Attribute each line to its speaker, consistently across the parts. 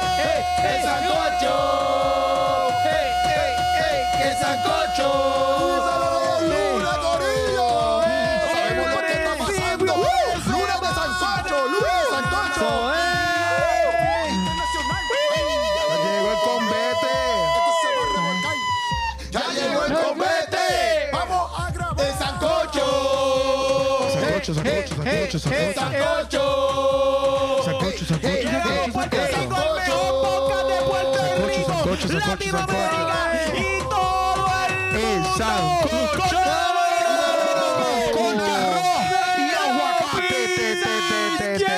Speaker 1: ¡Qué sancocho! ¡Ey, ey, ey! ¡Qué sancocho!
Speaker 2: ¡Luna, Corillo! ¡Eh! Sabemos lo que está pasando. ¡Es Luna de San Sancho! ¡Luna de San Sancho! ¡Ya llegó el combate! ¡Ya llegó el combate! ¡Vamos a grabar!
Speaker 1: ¡El sancocho!
Speaker 3: Sancocho, sancocho, sancocho,
Speaker 1: ¡El
Speaker 3: sancocho.
Speaker 1: sancocho!
Speaker 3: Sancocho,
Speaker 1: ¡Ey,
Speaker 3: sancocho,
Speaker 1: ey,
Speaker 3: sancocho,
Speaker 1: porque el
Speaker 3: sancocho.
Speaker 1: sancocho es poca de Puerto
Speaker 3: Sancocho,
Speaker 1: Rico!
Speaker 3: sancocho, sancocho, sancocho.
Speaker 1: y todo el
Speaker 3: El
Speaker 1: mundo
Speaker 3: sancocho.
Speaker 1: con arroz,
Speaker 3: Con arroz y aguacate. Te, te, te, te, te, te, te.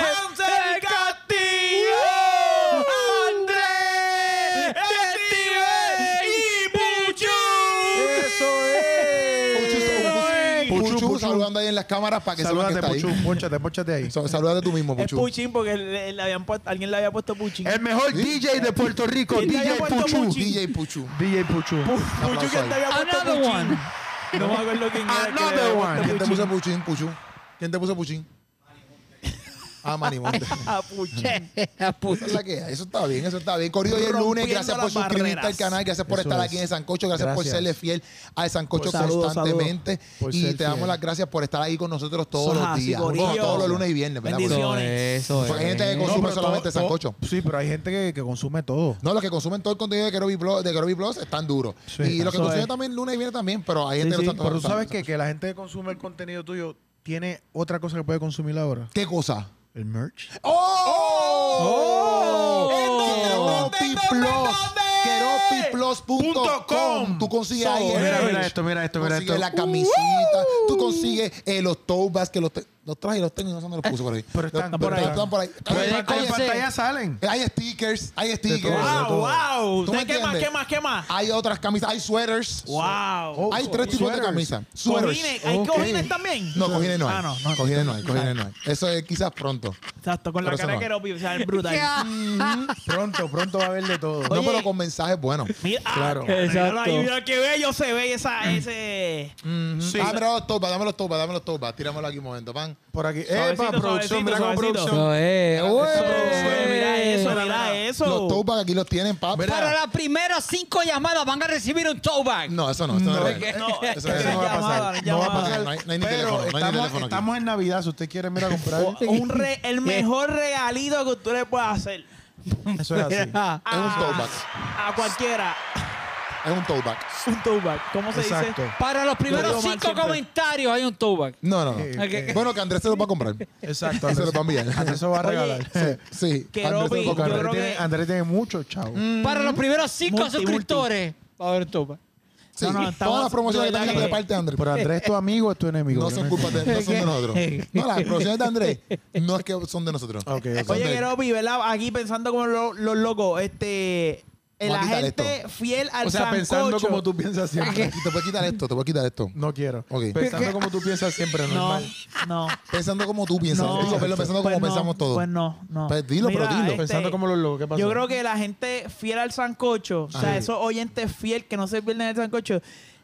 Speaker 1: Hansel Castillo, Andrés, Steve y Puchu.
Speaker 3: Eso es.
Speaker 2: Puchu, Puchu, saludando ahí en las cámaras para que sepan que
Speaker 3: Salúdate,
Speaker 2: está ahí.
Speaker 3: Puchu. Pónchate, pónchate ahí.
Speaker 2: So- Salúdate tú mismo,
Speaker 4: Es
Speaker 2: Puchu.
Speaker 4: Puchín porque le- le habían puesto- alguien le había puesto Puchín.
Speaker 3: El mejor DJ de Puerto Rico,
Speaker 4: Sí,
Speaker 3: DJ
Speaker 4: está bien,
Speaker 3: Puchu.
Speaker 4: Puchu.
Speaker 2: DJ Puchu.
Speaker 3: DJ Puchu.
Speaker 4: Puchu Pues que te había puesto
Speaker 5: Another
Speaker 4: Puchín.
Speaker 5: one.
Speaker 4: No me acuerdo quién era. que le este había
Speaker 3: Another
Speaker 4: puesto
Speaker 3: one.
Speaker 2: ¿Quién te
Speaker 4: Puchín.
Speaker 2: puso Puchín, Puchu? ¿Quién te puso Puchín? Ah, Manny Monte.
Speaker 4: Ah, Puchín.
Speaker 2: Esa es la que hay. Eso está bien, eso está bien. Corrido hoy es lunes.
Speaker 4: Rompiendo
Speaker 2: Gracias por
Speaker 4: las
Speaker 2: suscribirte
Speaker 4: barreras.
Speaker 2: al canal. Gracias por
Speaker 3: Eso
Speaker 2: estar
Speaker 3: es.
Speaker 2: aquí en el Sancocho. Gracias, por
Speaker 3: Gracias.
Speaker 2: serle fiel al Sancocho
Speaker 4: Por- saludos,
Speaker 2: constantemente.
Speaker 3: saludos. Por
Speaker 2: y te
Speaker 3: ser
Speaker 2: damos
Speaker 3: fiel.
Speaker 2: las gracias por estar ahí con nosotros todos
Speaker 4: Eso es
Speaker 2: los
Speaker 4: así,
Speaker 2: días.
Speaker 4: corillo.
Speaker 2: Bueno, todos los lunes y viernes, ¿verdad? Porque-
Speaker 4: Bendiciones.
Speaker 5: Eso es, eso
Speaker 2: Porque hay gente que
Speaker 5: es.
Speaker 3: No,
Speaker 2: consume
Speaker 3: pero
Speaker 2: solamente
Speaker 3: todo-
Speaker 2: sancocho.
Speaker 3: todo- Sí, pero hay gente que, que consume todo.
Speaker 2: No, los que consumen todo el contenido de Kerobi Plus, de Kerobi Plus están duros.
Speaker 3: Sí,
Speaker 2: y los que
Speaker 3: eso
Speaker 2: consumen
Speaker 3: es.
Speaker 2: también lunes y viernes también, pero hay
Speaker 3: Sí,
Speaker 2: gente que
Speaker 3: sí,
Speaker 2: no está
Speaker 3: pero tú
Speaker 2: está-
Speaker 3: sabes que, que la gente que consume el contenido tuyo tiene otra cosa que puede consumir ahora.
Speaker 2: ¿Qué cosa?
Speaker 3: El merch.
Speaker 2: ¡Oh!
Speaker 4: ¡Oh!
Speaker 2: Keropi
Speaker 4: ¿En dónde, en dónde, en
Speaker 2: Plus, keropiplus.com. Tú consigues ahí el
Speaker 3: Mira, mira
Speaker 2: merch.
Speaker 3: esto, mira esto, mira
Speaker 2: consigues
Speaker 3: esto.
Speaker 2: la camisita, tú consigues eh, los tote bags que los, te- los traje y los tengo y no sé dónde los puse por ahí.
Speaker 3: Pero están
Speaker 2: Los-
Speaker 3: por ahí.
Speaker 2: Están por ahí.
Speaker 5: Pueden
Speaker 2: Hay-
Speaker 3: En
Speaker 5: Puede
Speaker 2: hay-
Speaker 5: conseguir.
Speaker 3: pantalla salen.
Speaker 2: Hay stickers, hay stickers.
Speaker 3: todo.
Speaker 4: Wow, wow.
Speaker 2: ¿Tú me
Speaker 4: ¿Usted ¿Qué
Speaker 2: entiendes?
Speaker 4: más,
Speaker 2: Ah,
Speaker 4: qué más, qué más?
Speaker 2: Hay otras camisas, hay sweaters.
Speaker 4: Wow.
Speaker 3: Oh,
Speaker 2: Hay tres tipos de
Speaker 3: sweaters.
Speaker 2: camisas. Sweaters.
Speaker 4: Cojines. ¿Hay
Speaker 3: Ok.
Speaker 4: cojines también?
Speaker 2: No, cojines no hay.
Speaker 4: Ah, no, no.
Speaker 2: Cojines no hay, cojines no hay. Eso es quizás pronto.
Speaker 4: Exacto, con la
Speaker 2: Pero eso
Speaker 4: cara
Speaker 2: no.
Speaker 4: que era o sea, es brutal.
Speaker 3: Pronto, pronto va a haber de todo.
Speaker 2: No,
Speaker 4: Oye.
Speaker 2: pero con mensajes buenos.
Speaker 4: Mira, ah,
Speaker 3: Claro.
Speaker 4: míralo ahí,
Speaker 5: Exacto.
Speaker 4: mira qué bello se ve esa, ese.
Speaker 3: Sí.
Speaker 2: Ah, mira los topas, dame los topas, dame los topas. Tirámoslo aquí un momento, pan.
Speaker 3: Por aquí.
Speaker 4: Suavecito,
Speaker 3: Epa, producción, mira cómo
Speaker 4: suavecito,
Speaker 3: producción.
Speaker 5: Eso es. Ué.
Speaker 4: Eso, mira eso, mira eso.
Speaker 2: Los topas aquí los tienen, papá.
Speaker 5: Para las primeras cinco llamadas van a recibir un towback.
Speaker 2: No, eso no, eso no,
Speaker 3: No,
Speaker 2: es real.
Speaker 4: No,
Speaker 2: Eso
Speaker 3: Eso no va a pasar.
Speaker 4: llamada,
Speaker 3: No va a
Speaker 4: llamada.
Speaker 3: pasar.
Speaker 2: No hay- no hay ni
Speaker 3: Pero
Speaker 2: teléfono, no hay ni
Speaker 3: estamos,
Speaker 2: teléfono aquí.
Speaker 3: estamos en Navidad. Si usted quiere, mira, comprar.
Speaker 4: Un re- el mejor regalito que usted le pueda hacer
Speaker 3: Eso es así.
Speaker 5: Ah,
Speaker 2: Es un
Speaker 4: Ah.
Speaker 2: towback.
Speaker 4: a cualquiera.
Speaker 2: Es un towback.
Speaker 4: Un throwback. ¿Cómo se
Speaker 3: Exacto.
Speaker 4: dice?
Speaker 5: Para los
Speaker 4: Lo
Speaker 5: primeros
Speaker 4: digo mal
Speaker 5: cinco
Speaker 4: siempre.
Speaker 5: comentarios hay un towback.
Speaker 2: No, no, no.
Speaker 3: Eh,
Speaker 5: Ok.
Speaker 2: Bueno, que Andrés se los va a comprar.
Speaker 3: Exacto.
Speaker 2: Y se
Speaker 3: Andrés.
Speaker 2: los va a enviar.
Speaker 3: Andrés se va a
Speaker 4: Oye,
Speaker 3: regalar.
Speaker 2: Sí. Andrés se los
Speaker 4: Que
Speaker 2: va a
Speaker 4: Roby,
Speaker 3: Porque
Speaker 4: yo
Speaker 2: comprar.
Speaker 4: creo
Speaker 3: Andrés tiene,
Speaker 4: que-
Speaker 3: Andrés tiene mucho, chavo.
Speaker 5: Para los primeros cinco
Speaker 4: Multi, multi.
Speaker 5: suscriptores va a haber un towback.
Speaker 2: Sí,
Speaker 4: No, no,
Speaker 2: todas
Speaker 4: estamos-
Speaker 2: las promociones que
Speaker 4: de verdad
Speaker 2: tengan de
Speaker 4: que-
Speaker 2: parte de Andrés.
Speaker 3: Pero Andrés es tu amigo o es tu enemigo.
Speaker 2: No
Speaker 3: Yo
Speaker 2: son
Speaker 3: no
Speaker 2: culpa de, no son de nosotros.
Speaker 5: Eh.
Speaker 2: No, las promociones de Andrés no es que son de nosotros.
Speaker 3: Ok, ok.
Speaker 2: Son
Speaker 4: Oye,
Speaker 2: de-
Speaker 4: Keropi, ¿verdad? Aquí pensando como lo- los locos, este. La
Speaker 2: Vamos a quitar
Speaker 4: gente
Speaker 2: esto.
Speaker 4: fiel al
Speaker 3: O sea, pensando
Speaker 4: sancocho.
Speaker 3: como tú piensas siempre.
Speaker 2: Y Te voy a quitar esto, te voy a quitar esto.
Speaker 3: No quiero.
Speaker 2: Ok.
Speaker 3: Pensando como tú piensas siempre,
Speaker 4: No,
Speaker 3: normal.
Speaker 4: no.
Speaker 2: Pensando como tú piensas.
Speaker 4: no.
Speaker 2: Digo, perdón, pensando
Speaker 4: Pues
Speaker 2: como
Speaker 4: no,
Speaker 2: pensamos todos.
Speaker 4: Pues no, no.
Speaker 2: Pues dilo, pero dilo.
Speaker 4: este,
Speaker 3: Pensando como los locos. ¿Qué pasó?
Speaker 4: Yo creo que la gente fiel al sancocho, o sea,
Speaker 3: Ajá.
Speaker 4: esos oyentes fiel que no se pierden el sancocho,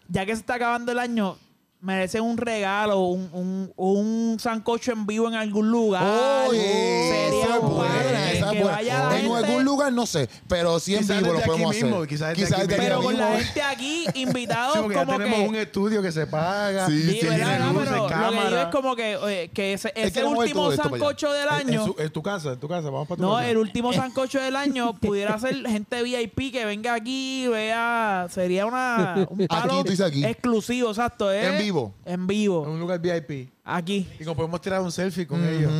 Speaker 4: ya que se está acabando el año, merecen un regalo, un, un, un sancocho en vivo en algún lugar.
Speaker 2: Oye, esa
Speaker 4: Sería
Speaker 2: es
Speaker 4: un
Speaker 2: buena,
Speaker 4: padre
Speaker 2: esa es
Speaker 4: que
Speaker 2: buena.
Speaker 4: vaya la
Speaker 2: En
Speaker 4: gente,
Speaker 2: algún lugar, no sé, pero sí en
Speaker 3: Quizás
Speaker 2: vivo lo
Speaker 3: desde aquí
Speaker 2: podemos hacer.
Speaker 3: mismo, quizás desde aquí
Speaker 2: desde
Speaker 4: Pero
Speaker 2: aquí
Speaker 4: con la
Speaker 2: mismo.
Speaker 4: gente aquí, invitados
Speaker 3: Sí, porque ya
Speaker 4: como
Speaker 3: tenemos
Speaker 4: que...
Speaker 3: un estudio que se paga.
Speaker 2: Sí,
Speaker 4: Sí,
Speaker 2: sí,
Speaker 4: ¿verdad?
Speaker 2: tiene
Speaker 4: No,
Speaker 3: luces,
Speaker 4: pero lo que digo
Speaker 3: cámara.
Speaker 4: es como que, eh, que ese,
Speaker 2: que
Speaker 4: ese
Speaker 2: no mueve
Speaker 4: último
Speaker 2: todo esto para allá.
Speaker 4: sancocho del
Speaker 3: En- en
Speaker 4: año...
Speaker 3: su- En tu casa, en tu casa. Vamos para tu
Speaker 4: No,
Speaker 3: casa.
Speaker 4: el último sancocho del año pudiera ser gente VIP que venga aquí, vea, sería una un palo
Speaker 2: tú dices aquí.
Speaker 4: exclusivo, exacto, ¿eh?
Speaker 2: En vivo.
Speaker 4: En
Speaker 3: En
Speaker 4: vivo,
Speaker 3: un lugar VIP.
Speaker 4: aquí.
Speaker 3: Y como podemos tirar un selfie con ellos.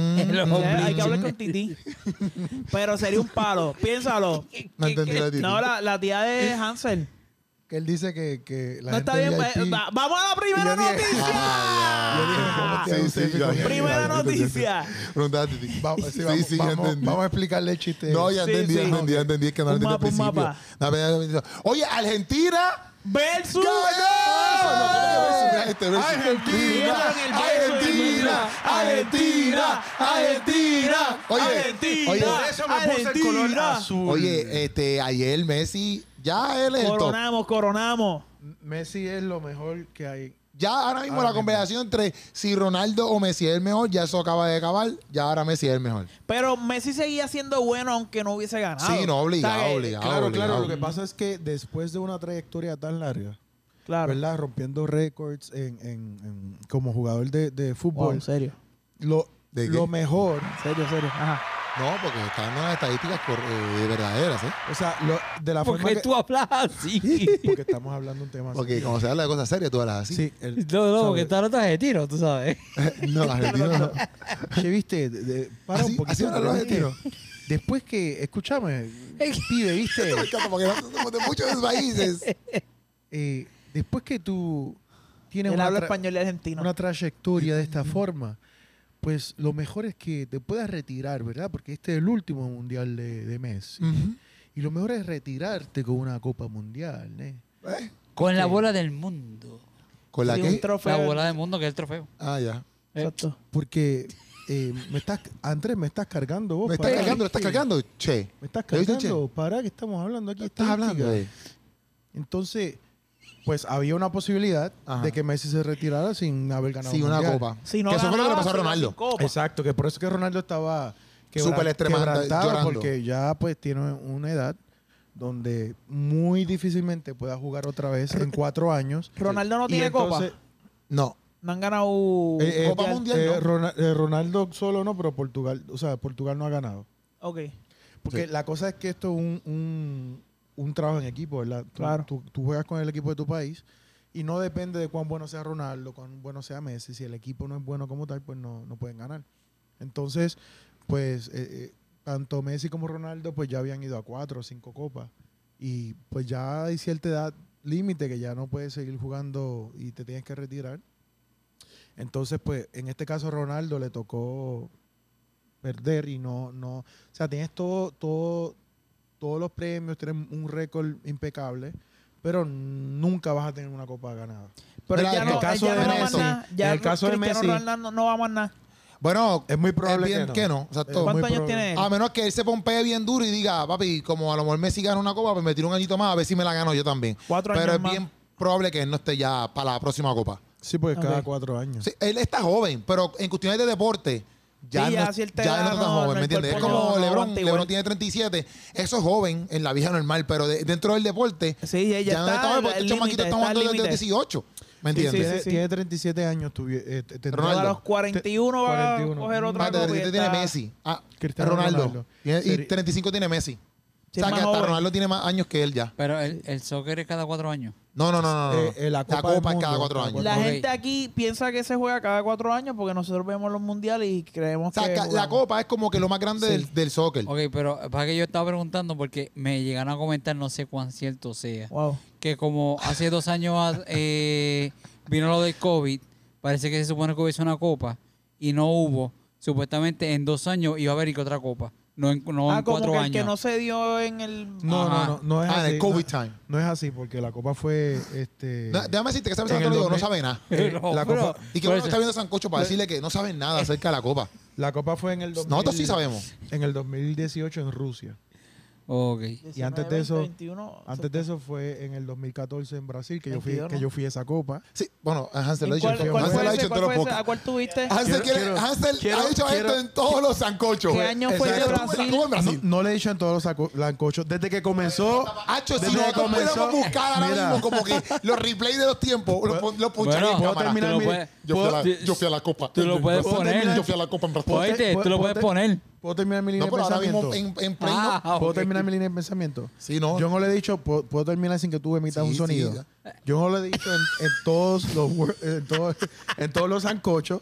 Speaker 4: O sea, hay que hablar con Titi. Pero sería un palo, piénsalo.
Speaker 2: No entendí la
Speaker 4: No,
Speaker 2: tía.
Speaker 4: la, la tía de Hansel.
Speaker 3: Que él dice que, que la
Speaker 4: no
Speaker 3: gente
Speaker 4: está bien,
Speaker 3: VIP...
Speaker 4: pues, va- vamos a la primera
Speaker 3: Y yo dije,
Speaker 4: noticia.
Speaker 3: Ah, yo dije, ¿cómo te haces
Speaker 2: Sí, sí,
Speaker 3: selfie con
Speaker 2: ya, ya,
Speaker 3: él?
Speaker 4: Primera
Speaker 2: ya, ya, ya,
Speaker 4: noticia.
Speaker 2: ya. Preguntaba a Titi.
Speaker 3: Va- sí, vamos,
Speaker 2: sí, ya
Speaker 3: vamos-
Speaker 2: entendí.
Speaker 3: vamos a explicarle el chiste.
Speaker 2: No, ya
Speaker 4: Sí,
Speaker 2: entendí, ya
Speaker 4: sí.
Speaker 2: entendí, ya entendí. Es que no
Speaker 4: Un
Speaker 2: lo entendí al
Speaker 4: mapa, un
Speaker 2: principio.
Speaker 4: mapa.
Speaker 2: No, pero ya- ya- Oye, Argentina.
Speaker 4: Versus
Speaker 2: ¡Ganó! No, ¿cómo que versus? Este versus.
Speaker 4: Argentina,
Speaker 2: Argentina, Argentina, Argentina. Oye,
Speaker 4: Argentina.
Speaker 2: oye,
Speaker 3: Por eso me puse el color
Speaker 4: Argentina.
Speaker 3: azul.
Speaker 6: Mm.
Speaker 2: Oye, este, ayer Messi, ya él es el top.
Speaker 4: Coronamos, coronamos.
Speaker 3: Messi es lo mejor que hay.
Speaker 2: Ya ahora mismo
Speaker 6: Ah,
Speaker 2: la conversación entre si Ronaldo o Messi es el mejor, ya eso acaba de acabar. Ya ahora Messi es el mejor.
Speaker 4: Pero Messi seguía siendo bueno aunque no hubiese ganado.
Speaker 2: Sí, no, obligado,
Speaker 4: O sea que-
Speaker 2: obligado.
Speaker 6: Ah, Claro, claro.
Speaker 2: obligado.
Speaker 6: Lo que pasa es que después de una trayectoria tan larga,
Speaker 4: Claro.
Speaker 6: ¿verdad? Rompiendo récords en, en- en- como jugador de, de
Speaker 4: Wow,
Speaker 6: fútbol,
Speaker 4: en serio.
Speaker 6: lo,
Speaker 2: ¿De
Speaker 6: lo
Speaker 2: qué?
Speaker 6: mejor,
Speaker 4: En serio, en serio. Ajá.
Speaker 2: No, porque están las estadísticas cor- eh, verdaderas, ¿eh?
Speaker 6: o sea, lo- de la forma
Speaker 5: Porque
Speaker 6: que...
Speaker 5: tú hablas así.
Speaker 6: Porque estamos hablando de un tema
Speaker 2: Porque
Speaker 6: así.
Speaker 2: cuando se habla de cosas serias, tú hablas así.
Speaker 6: Sí, el-
Speaker 5: No, no,
Speaker 6: ¿sabes?
Speaker 5: porque tú notas de tiro, tú sabes.
Speaker 2: No, argentino no.
Speaker 6: Che, viste, de- de- para
Speaker 2: Así-
Speaker 6: un poquito.
Speaker 2: así hablan los
Speaker 6: ¿viste? Después que, escúchame, pibe, viste,
Speaker 2: Me encanta porque nosotros somos de muchos países.
Speaker 6: Eh, después que tú tienes
Speaker 4: Él
Speaker 6: una,
Speaker 4: habla
Speaker 6: tra-
Speaker 4: español y argentino.
Speaker 6: una trayectoria de esta forma, pues lo mejor es que te puedas retirar, ¿verdad? Porque este es el último mundial de, de Messi. Y lo mejor es retirarte con una Copa Mundial, ¿eh?
Speaker 2: ¿Eh?
Speaker 5: Con la bola del mundo.
Speaker 2: ¿Con la
Speaker 4: Sí,
Speaker 2: qué?
Speaker 4: un
Speaker 5: La
Speaker 4: trofeo.
Speaker 5: bola del mundo que es el trofeo.
Speaker 2: Ah, ya.
Speaker 4: Exacto.
Speaker 6: Porque eh, me estás, Andrés, me estás cargando vos.
Speaker 2: ¿Me estás
Speaker 6: pará,
Speaker 2: cargando? ¿Me estás
Speaker 6: ¿viste?
Speaker 2: cargando? Che.
Speaker 6: Me estás
Speaker 2: ¿Lo viste,
Speaker 6: cargando, para que estamos hablando aquí.
Speaker 2: che? ¿Estás hablando?
Speaker 6: estadística.
Speaker 2: de-
Speaker 6: Entonces, pues había una posibilidad
Speaker 2: Ajá.
Speaker 6: de que Messi se retirara sin haber ganado
Speaker 2: Sí,
Speaker 6: un
Speaker 2: una
Speaker 6: mundial.
Speaker 2: copa.
Speaker 4: Si no
Speaker 2: que eso fue lo que le
Speaker 4: ganaba,
Speaker 2: pasó a
Speaker 4: se iba
Speaker 2: Ronaldo.
Speaker 4: sin copa.
Speaker 6: Exacto, que por eso que Ronaldo estaba quebra-
Speaker 2: Súper extremado,
Speaker 6: quebrantado,
Speaker 2: llorando.
Speaker 6: porque ya pues tiene una edad donde muy difícilmente pueda jugar otra vez en cuatro años.
Speaker 4: Ronaldo no
Speaker 6: Y
Speaker 4: tiene
Speaker 6: entonces,
Speaker 4: copa.
Speaker 2: No.
Speaker 4: No han ganado.
Speaker 6: eh, eh,
Speaker 2: Copa
Speaker 6: eh,
Speaker 2: Mundial, ¿no?
Speaker 6: Rona- eh, Ronaldo solo no, pero Portugal, o sea, Portugal no ha ganado.
Speaker 4: Ok.
Speaker 6: Porque
Speaker 2: Sí.
Speaker 6: la cosa es que esto es un, un- un trabajo en equipo, ¿verdad? Tú,
Speaker 4: Claro.
Speaker 6: tú- tú juegas con el equipo de tu país y no depende de cuán bueno sea Ronaldo, cuán bueno sea Messi. Si el equipo no es bueno como tal, pues no, no pueden ganar. Entonces, pues eh, eh, tanto Messi como Ronaldo pues ya habían ido a cuatro o cinco copas. Y pues ya hay cierta edad límite que ya no puedes seguir jugando y te tienes que retirar. Entonces, pues en este caso Ronaldo le tocó perder y no, no, o sea, tienes todo, todo, todos los premios, tienes un récord impecable, pero nunca vas a tener una copa ganada.
Speaker 4: Pero
Speaker 2: Mira,
Speaker 4: él ya
Speaker 2: en
Speaker 4: no,
Speaker 2: el
Speaker 4: él
Speaker 6: caso
Speaker 4: ya
Speaker 6: de
Speaker 4: no va más
Speaker 2: Messi,
Speaker 4: nada.
Speaker 6: en
Speaker 4: Ya
Speaker 6: el caso de
Speaker 4: Cristiano
Speaker 6: Messi-
Speaker 4: Ronaldo no va más nada.
Speaker 2: Bueno,
Speaker 6: Es muy probable
Speaker 2: es bien
Speaker 6: que
Speaker 2: que
Speaker 6: no.
Speaker 2: no. Exacto.
Speaker 6: muy
Speaker 4: ¿Cuántos años
Speaker 6: prob-
Speaker 4: tiene él?
Speaker 2: A menos que él se pompee bien duro y diga, papi, como a lo mejor Messi gana una copa, pues me tiro un añito más, a ver si me la gano yo también.
Speaker 4: Cuatro
Speaker 2: Pero
Speaker 4: años
Speaker 2: es
Speaker 4: más.
Speaker 2: bien probable que él no esté ya para la próxima copa.
Speaker 6: Sí, porque
Speaker 4: Ok.
Speaker 6: cada cuatro años.
Speaker 2: Sí, él está joven, pero en cuestiones de deporte, ya,
Speaker 4: Sí, ya
Speaker 2: no,
Speaker 4: cierta
Speaker 2: ya no
Speaker 4: edad
Speaker 2: está tan
Speaker 4: no-
Speaker 2: joven,
Speaker 4: no,
Speaker 2: ¿me
Speaker 4: el
Speaker 2: entiendes? Es
Speaker 4: cuerpo
Speaker 2: como
Speaker 4: no- no
Speaker 2: Lebron,
Speaker 4: aguanta
Speaker 2: Lebron
Speaker 4: igual.
Speaker 2: tiene 37, eso es joven en la vida normal, pero de- dentro del deporte,
Speaker 4: Sí, ya, ya
Speaker 2: no
Speaker 4: está
Speaker 2: joven, porque
Speaker 4: el
Speaker 2: estos chamaquitos
Speaker 4: límite,
Speaker 2: están
Speaker 4: está el
Speaker 2: jugando desde
Speaker 4: límite.
Speaker 2: 18, ¿me
Speaker 4: Sí, sí,
Speaker 2: entiendes?
Speaker 6: Tiene,
Speaker 4: sí.
Speaker 6: Eh, tiene 37 años. tuvi- eh, te- tendrá-
Speaker 2: Ronaldo.
Speaker 4: A los 41 va
Speaker 6: 41.
Speaker 4: a coger otra
Speaker 2: Ah, de
Speaker 4: copa.
Speaker 2: 37
Speaker 4: y pues, está-
Speaker 2: tiene Messi, ah,
Speaker 6: Cristiano
Speaker 2: Ronaldo,
Speaker 6: Ronaldo.
Speaker 2: Tiene- y
Speaker 6: Seri-
Speaker 2: 35 tiene Messi.
Speaker 4: Sí,
Speaker 2: o sea, que
Speaker 4: más
Speaker 2: hasta
Speaker 4: joven.
Speaker 2: Ronaldo tiene más años que él ya.
Speaker 5: Pero el, el soccer es cada cuatro años.
Speaker 2: No, no, no, no. no.
Speaker 6: Eh, eh, la
Speaker 2: la
Speaker 6: Copa
Speaker 2: copa,
Speaker 6: del
Speaker 2: es
Speaker 6: Mundo,
Speaker 2: cada cuatro
Speaker 6: cada
Speaker 2: años.
Speaker 4: La
Speaker 5: Ok.
Speaker 4: gente aquí piensa que se juega cada cuatro años porque nosotros vemos los mundiales y creemos
Speaker 2: O sea,
Speaker 4: que.
Speaker 2: ca- la
Speaker 4: jugamos.
Speaker 2: copa es como que lo más grande
Speaker 4: Sí.
Speaker 2: del, del soccer.
Speaker 5: Ok, pero para que yo estaba preguntando porque me llegaron a comentar, no sé cuán cierto sea,
Speaker 4: Wow.
Speaker 5: que como hace dos años a- eh, vino lo del COVID, parece que se supone que hubiese una copa y no hubo. Supuestamente en dos años iba a haber y que otra copa, no en, no
Speaker 4: Ah,
Speaker 5: en
Speaker 4: como
Speaker 5: cuatro
Speaker 4: que el
Speaker 5: años.
Speaker 4: que no se dio en el.
Speaker 6: No, no,
Speaker 5: Ajá.
Speaker 6: no, no es
Speaker 2: Ah, en
Speaker 6: así.
Speaker 2: el COVID
Speaker 6: no,
Speaker 2: time.
Speaker 6: no es así, porque la copa fue. Este,
Speaker 2: No, déjame decirte que esa persona
Speaker 6: En
Speaker 2: que
Speaker 6: el
Speaker 2: lo digo, no
Speaker 6: 2000.
Speaker 2: sabe nada.
Speaker 5: Pero,
Speaker 6: la
Speaker 5: pero-
Speaker 6: copa-
Speaker 2: Y que
Speaker 5: por
Speaker 2: uno
Speaker 5: eso-
Speaker 2: está viendo Sancocho
Speaker 6: pues,
Speaker 2: para decirle que no saben nada
Speaker 6: eh,
Speaker 2: acerca de la copa.
Speaker 6: la copa fue en el 2000
Speaker 2: Nosotros sí sabemos.
Speaker 6: En el 2018 en Rusia.
Speaker 5: Ok.
Speaker 6: Y antes de eso-
Speaker 4: 21,
Speaker 6: Antes de eso fue en el 2014 en Brasil, que yo fui,
Speaker 4: 22,
Speaker 6: que
Speaker 4: ¿no?
Speaker 6: yo fui a esa copa.
Speaker 2: Sí, bueno, a Hansel lo ha
Speaker 4: ¿En
Speaker 2: dicho. en
Speaker 4: ¿Cuál,
Speaker 2: todo-
Speaker 4: cuál
Speaker 2: Hansel
Speaker 4: fue
Speaker 2: lo ha
Speaker 4: ese?
Speaker 2: dicho en todos
Speaker 4: ¿Cuál
Speaker 2: los
Speaker 4: fue ese? ¿A
Speaker 2: podcasts.
Speaker 4: cuál tuviste?
Speaker 2: Hansel,
Speaker 6: Quiero-
Speaker 2: quiere-
Speaker 6: quiero-
Speaker 2: Hansel
Speaker 6: quiero-
Speaker 2: ha hecho
Speaker 6: quiero-
Speaker 2: esto en todos los Sancochos.
Speaker 4: ¿Qué año fue
Speaker 2: Exacto.
Speaker 4: el de
Speaker 2: Estuvo en-
Speaker 4: Brasil?
Speaker 2: estuvo en Brasil.
Speaker 6: Ah, No le he dicho en todos los saco- lancochos. Desde que comenzó.
Speaker 2: Hacho, si
Speaker 6: Desde que
Speaker 2: nosotros
Speaker 6: comenzó-
Speaker 2: pudiéramos buscar ahora
Speaker 6: Mira.
Speaker 2: mismo como que los replays de los tiempos, los, pon- los puncharía en
Speaker 5: Bueno,
Speaker 6: ¿puedo
Speaker 2: cámara.
Speaker 6: terminar?
Speaker 5: tú lo
Speaker 6: mi-
Speaker 5: puedes-
Speaker 2: Yo fui, a la,
Speaker 5: puedo-
Speaker 2: yo fui a la copa.
Speaker 5: tú lo puedes
Speaker 2: ¿Puedo
Speaker 5: poner.
Speaker 2: terminar? Yo fui a la copa en Brasil.
Speaker 5: Oíste,
Speaker 6: ¿puedo-
Speaker 5: tú lo puedes
Speaker 6: puedo-
Speaker 5: poner.
Speaker 6: ¿Puedo terminar mi línea
Speaker 2: No, pero
Speaker 6: de
Speaker 2: ahora
Speaker 6: pensamiento?
Speaker 2: mismo en, en Play no.
Speaker 5: Ah,
Speaker 6: ¿Puedo
Speaker 5: ok.
Speaker 6: terminar mi línea de pensamiento?
Speaker 2: Sí, no.
Speaker 6: Yo no le he dicho, ¿puedo, puedo terminar sin que tú emitas
Speaker 2: Sí,
Speaker 6: un
Speaker 2: sí,
Speaker 6: sonido? Yo no lo he dicho en, en todos los wor- en todos, en todos los sancochos.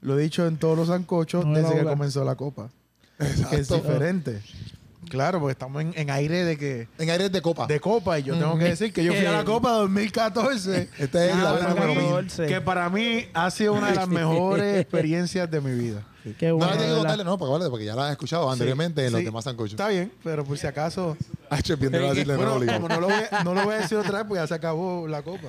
Speaker 6: Lo he dicho en todos los sancochos
Speaker 4: No era
Speaker 6: desde que
Speaker 4: hogar.
Speaker 6: comenzó la copa. Que es diferente. Claro, porque estamos en, en aire de que
Speaker 2: En aires de copa.
Speaker 6: de copa y yo tengo que decir que yo fui a la copa 2014
Speaker 2: Esta Este es la
Speaker 4: Ah,
Speaker 2: buena
Speaker 4: bueno,
Speaker 2: número mil.
Speaker 4: bueno.
Speaker 6: que para mí ha sido una de las mejores experiencias de mi vida.
Speaker 4: Qué
Speaker 2: No la
Speaker 4: bueno,
Speaker 2: tengo que
Speaker 4: ¿verdad?
Speaker 2: contarle, no, porque, vale, porque ya la has escuchado anteriormente en los
Speaker 6: Sí,
Speaker 2: demás sancochos.
Speaker 6: Está bien, pero por si acaso,
Speaker 2: Hacho, bien de Brasil de nuevo,
Speaker 6: bueno,
Speaker 2: obligado.
Speaker 6: como no lo, voy a, no lo voy a decir otra vez porque ya se acabó la copa.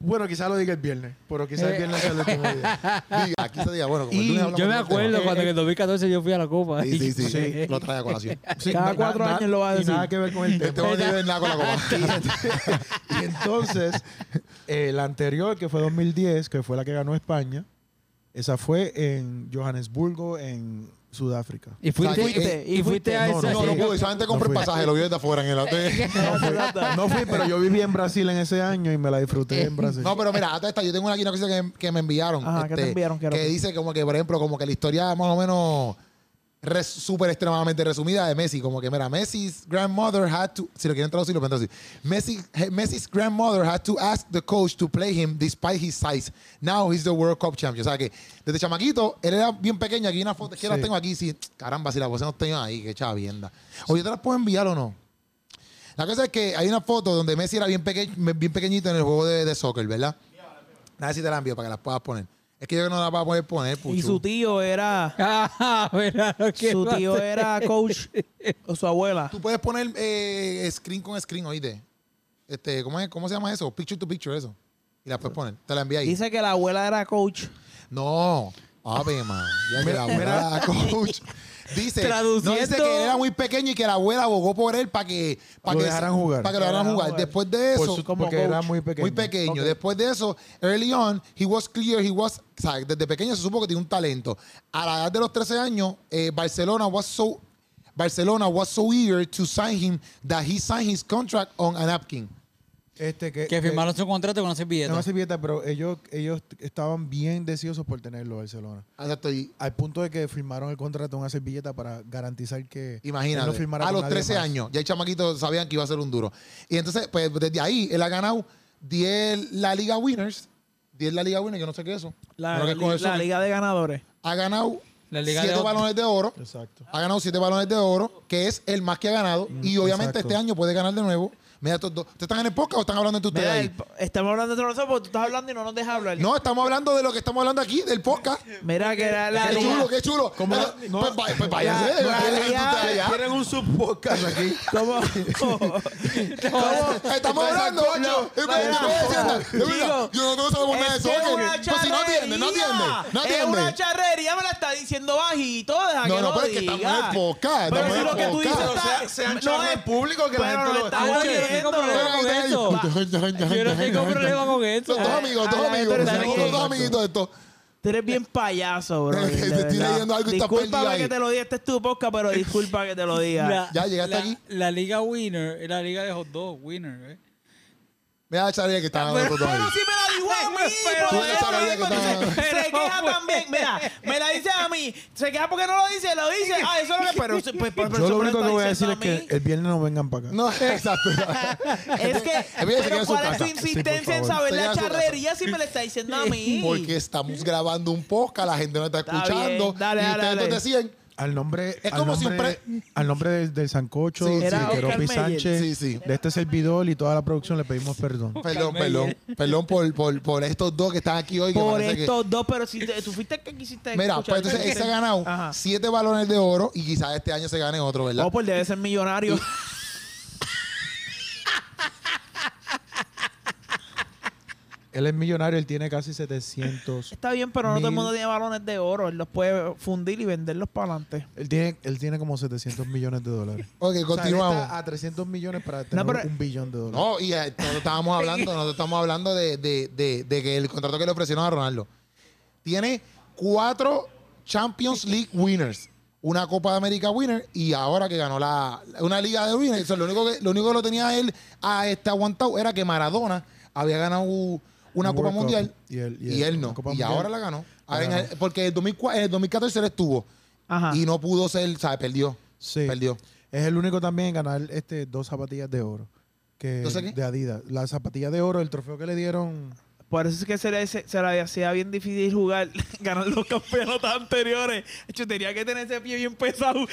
Speaker 6: Bueno, quizás lo diga el viernes, pero quizás
Speaker 4: Eh.
Speaker 6: el viernes sea el último día.
Speaker 2: Diga, aquí se diga, bueno, como
Speaker 6: Y
Speaker 2: el lunes hablamos
Speaker 5: Yo me
Speaker 2: de este tema.
Speaker 5: acuerdo cuando en el 2014 yo fui a la copa.
Speaker 2: Sí, sí, sí,
Speaker 6: Sí.
Speaker 2: Lo trae a colación.
Speaker 6: Sí,
Speaker 4: Cada
Speaker 6: na-
Speaker 4: cuatro
Speaker 6: na-
Speaker 4: años lo va a
Speaker 6: y
Speaker 4: decir.
Speaker 6: nada que ver con el
Speaker 2: Este
Speaker 6: tema.
Speaker 2: hombre no tiene nada con la copa.
Speaker 6: y entonces, Eh, la anterior, que fue 2010, que fue la que ganó España, esa fue en Johannesburgo, en Sudáfrica.
Speaker 5: Y fuiste,
Speaker 2: O sea,
Speaker 5: y- y,
Speaker 4: y
Speaker 5: fuiste a
Speaker 6: fuiste-
Speaker 5: esa.
Speaker 6: no,
Speaker 2: No, no pude. Esa gente compró
Speaker 6: No
Speaker 2: el
Speaker 6: fui.
Speaker 2: pasaje, lo vio desde afuera en el hotel.
Speaker 6: No fui, pero yo viví en Brasil en ese año y me la disfruté en Brasil.
Speaker 2: No, pero mira, hasta esta, yo tengo aquí una cosa que, que me enviaron.
Speaker 4: Ajá, ¿qué te enviaron? Quiero
Speaker 2: Que
Speaker 4: ver.
Speaker 2: Este, dice como que, por ejemplo, como que la historia más o menos res- súper extremadamente resumida de Messi. Como que, mira, Messi's grandmother had to... Si lo quieren traducir, lo pueden traducir. Messi, Messi's grandmother had to ask the coach to play him despite his size. Now he's the World Cup champion. O sea que, desde chamaquito, él era bien pequeño. Aquí hay una foto, que las
Speaker 6: Sí.
Speaker 2: tengo aquí. Sí, caramba, si las cosas no tengo ahí, qué chavienda. Oye, ¿te las puedo enviar o no? La cosa es que hay una foto donde Messi era bien, peque- bien pequeñito en el juego de, de soccer, ¿verdad? Nada si te la envío para que las puedas poner. Es que yo no la voy a poder poner, Puchu.
Speaker 4: Y su tío era.
Speaker 5: Ah, verá lo que
Speaker 4: Su
Speaker 5: va a
Speaker 4: tío
Speaker 5: hacer.
Speaker 4: era coach o su abuela.
Speaker 2: Tú puedes poner eh, screen con screen, oíste. Este, ¿cómo, es? ¿Cómo se llama eso? Picture to picture, eso. Y la puedes poner. Te la envía ahí.
Speaker 4: Dice que la abuela era coach.
Speaker 2: No. Ave, man. Ya que la abuela, coach. Dice, no, dice
Speaker 4: Traduciendo.
Speaker 2: que él era muy pequeño y que la abuela abogó por él para que, para
Speaker 6: Lo
Speaker 2: que
Speaker 6: dejaran jugar.
Speaker 2: Para que lo dejaran jugar. Después de
Speaker 6: Por
Speaker 2: eso,
Speaker 6: su-
Speaker 4: como
Speaker 6: porque
Speaker 4: coach.
Speaker 6: era muy pequeño.
Speaker 2: Muy pequeño.
Speaker 6: Ok.
Speaker 2: Después de eso, early on, he was clear, he was, o sea, desde pequeño se supo que tiene un talento. A la edad de los 13 años, eh, Barcelona was so Barcelona was so eager to sign him that he signed his contract on a napkin.
Speaker 6: Este, que,
Speaker 5: Que firmaron su contrato con ese
Speaker 6: que-
Speaker 5: billete.
Speaker 6: no hace billeta, pero ellos, ellos estaban bien deseosos por tenerlo Barcelona.
Speaker 2: Exacto, y-
Speaker 6: Al punto de que firmaron el contrato con servilleta para garantizar que él
Speaker 2: Imagínate.
Speaker 6: no firmara
Speaker 2: a
Speaker 6: con
Speaker 2: los
Speaker 6: nadie
Speaker 2: 13
Speaker 6: más.
Speaker 2: años, ya el chamaquito sabían que iba a ser un duro. Y entonces, pues desde ahí, él ha ganado 10 la Liga Winners. 10 la Liga Winners, yo no sé qué es eso.
Speaker 4: La,
Speaker 2: Creo que es con
Speaker 4: li-
Speaker 2: eso
Speaker 4: la
Speaker 2: que-
Speaker 4: liga de ganadores.
Speaker 2: Ha ganado
Speaker 5: La Liga
Speaker 2: 7
Speaker 5: de Oro.
Speaker 2: balones de oro.
Speaker 6: Exacto.
Speaker 2: Ha ganado 7 balones de oro, que es el más que ha ganado. Y obviamente
Speaker 6: Mm, exacto.
Speaker 2: este año puede ganar de nuevo. Mira, estos dos. ¿Ustedes están en el podcast o están hablando entre ustedes
Speaker 4: Mira,
Speaker 2: ahí?
Speaker 4: el po- estamos hablando de nosotros porque tú estás hablando y no nos dejas hablar.
Speaker 2: No, estamos hablando de lo que estamos hablando aquí, del podcast.
Speaker 4: Mira que era la
Speaker 2: qué
Speaker 4: liga.
Speaker 2: chulo, qué chulo.
Speaker 6: como
Speaker 2: Pero,
Speaker 6: la-
Speaker 2: pues,
Speaker 6: no,
Speaker 2: vaya- pues váyanse.
Speaker 4: la- la
Speaker 2: ustedes
Speaker 4: Liga-
Speaker 2: ustedes allá.
Speaker 1: Tienen un subpodcast aquí.
Speaker 4: ¿Cómo?
Speaker 2: Estamos hablando, ocho. Y me
Speaker 4: no,
Speaker 2: estoy diciendo,
Speaker 4: no.
Speaker 2: y mira,
Speaker 4: Digo,
Speaker 2: Yo no tengo que saber nada de
Speaker 4: Es que
Speaker 2: soccer.
Speaker 4: es una
Speaker 2: Pues si no atiende, no atiende.
Speaker 4: charrería.
Speaker 2: No
Speaker 4: Es una
Speaker 2: atiende.
Speaker 4: charrería, me la está diciendo bajito. Deja
Speaker 2: No,
Speaker 4: que
Speaker 2: no,
Speaker 4: lo
Speaker 2: pero es que
Speaker 4: diga.
Speaker 2: estamos en el podcast,
Speaker 4: Pero
Speaker 2: estamos
Speaker 4: si
Speaker 2: en
Speaker 4: lo
Speaker 2: el
Speaker 4: que tú dices
Speaker 2: podcast.
Speaker 1: Pero
Speaker 4: está-
Speaker 1: sea- sean
Speaker 4: no
Speaker 1: chorros
Speaker 4: es-
Speaker 1: en público que la
Speaker 4: pero
Speaker 1: gente
Speaker 4: no
Speaker 1: lo
Speaker 4: le
Speaker 1: está
Speaker 4: estás
Speaker 5: Yo Ah, no
Speaker 1: escuche.
Speaker 5: tengo
Speaker 4: oyendo.
Speaker 5: problema con
Speaker 2: Ay,
Speaker 5: eso. Yo no tengo problema con eso.
Speaker 2: Son
Speaker 4: Ah,
Speaker 2: dos amigos, dos
Speaker 4: Ay, ay,
Speaker 2: amigos.
Speaker 4: pero
Speaker 2: son
Speaker 4: está
Speaker 2: los dos
Speaker 4: bien.
Speaker 2: amiguitos de esto.
Speaker 4: Tú eres bien payaso, bro.
Speaker 2: Pero es que te estoy leyendo algo y estás perdido
Speaker 4: Disculpa
Speaker 2: ahí.
Speaker 4: que te lo diga. Este es tu podcast, pero disculpa que te lo diga.
Speaker 5: La-
Speaker 2: Ya llegaste
Speaker 5: la-
Speaker 2: aquí.
Speaker 5: La liga winner es la liga de los dos, winner. ¿eh?
Speaker 2: Mira, Charlie, que están hablando todo ahí.
Speaker 4: Pero si me la dijo a mí,
Speaker 5: Pero-
Speaker 4: bro,
Speaker 2: Tú eres
Speaker 4: eso
Speaker 2: Charlie,
Speaker 4: mismo,
Speaker 2: que está-
Speaker 4: entonces, Se queja también. Mira, me la dice a mí. Se queja porque no lo dice, lo dice. Ah, eso no le. Pero, pero, pero, pero
Speaker 6: Yo
Speaker 4: eso
Speaker 6: lo
Speaker 4: me
Speaker 6: único
Speaker 4: está
Speaker 6: que voy a decir
Speaker 4: diciendo
Speaker 6: es que
Speaker 4: mí.
Speaker 6: el viernes no vengan para acá.
Speaker 2: No, exacto. se
Speaker 4: Es que,
Speaker 2: queda en
Speaker 4: pero
Speaker 2: su
Speaker 4: ¿cuál es
Speaker 2: casa.
Speaker 4: tu insistencia en
Speaker 6: favor.
Speaker 4: saber
Speaker 2: Se queda
Speaker 4: la
Speaker 2: en su casa.
Speaker 4: charrería si me la está diciendo a mí?
Speaker 2: Porque estamos grabando un podcast, la gente no está
Speaker 4: Está
Speaker 2: escuchando.
Speaker 4: bien, dale,
Speaker 2: y
Speaker 4: dale,
Speaker 2: ustedes
Speaker 4: dale.
Speaker 2: nos decían.
Speaker 6: Al nombre,
Speaker 2: Es
Speaker 6: al
Speaker 2: como si un
Speaker 6: nombre, al nombre del, del Sancocho,
Speaker 2: Sí, sí.
Speaker 6: de
Speaker 2: Era
Speaker 6: Queropi
Speaker 4: Oscar Meyer.
Speaker 6: Sánchez,
Speaker 2: Sí, sí.
Speaker 6: de este servidor y toda la producción le pedimos perdón.
Speaker 2: Perdón,
Speaker 5: Calmeyer.
Speaker 2: perdón. Perdón por, por, por estos dos que están aquí hoy. que
Speaker 4: Por
Speaker 2: parece que-
Speaker 4: estos dos, pero si te- tú fuiste el que quisiste.
Speaker 2: Mira,
Speaker 4: escuchar
Speaker 2: pues entonces
Speaker 4: el-
Speaker 2: él se ha ganado
Speaker 4: Ajá.
Speaker 2: siete balones de oro y quizás este año se gane otro, ¿verdad?
Speaker 4: Oh, pues debe ser millonario.
Speaker 6: Él es millonario, él tiene casi 700.
Speaker 4: Está bien, pero no todo el
Speaker 6: Mil-
Speaker 4: mundo tiene balones de oro. Él los puede fundir y venderlos para adelante.
Speaker 6: Él tiene, él tiene como 700 millones de dólares.
Speaker 2: Ok,
Speaker 6: O sea, él
Speaker 2: continuamos.
Speaker 6: está ah. a 300 millones para tener
Speaker 4: pero-
Speaker 6: un billón de dólares.
Speaker 2: No, y eh, nosotros estábamos hablando, nosotros estamos hablando de, de- de- de que el contrato que le ofrecieron a Ronaldo tiene cuatro Champions League winners, una Copa de América winner y ahora que ganó la una Liga de winners. O sea, lo único que lo único que lo tenía él a este aguantado era que Maradona había ganado una
Speaker 6: Un
Speaker 2: Copa
Speaker 6: World
Speaker 2: Mundial
Speaker 6: Cup. Y él- y
Speaker 2: y
Speaker 6: él-
Speaker 2: él no.
Speaker 6: una Copa
Speaker 2: Y
Speaker 6: Mundial.
Speaker 2: ahora la ganó.
Speaker 6: La
Speaker 2: Ahora en
Speaker 6: ganó.
Speaker 2: el- porque el 2004 en el 2014 él estuvo
Speaker 4: Ajá.
Speaker 2: y no pudo ser, ¿sabes? Perdió.
Speaker 6: Sí.
Speaker 2: Perdió.
Speaker 6: Es el único también en ganar este, dos zapatillas de oro. Que,
Speaker 2: ¿Dos de qué?
Speaker 6: de Adidas. La zapatilla de oro, el trofeo que le dieron.
Speaker 4: Por eso es que se le, se, se le hacía bien difícil jugar, ganar los campeonatos anteriores. De hecho, tenía que tener ese pie bien pesado.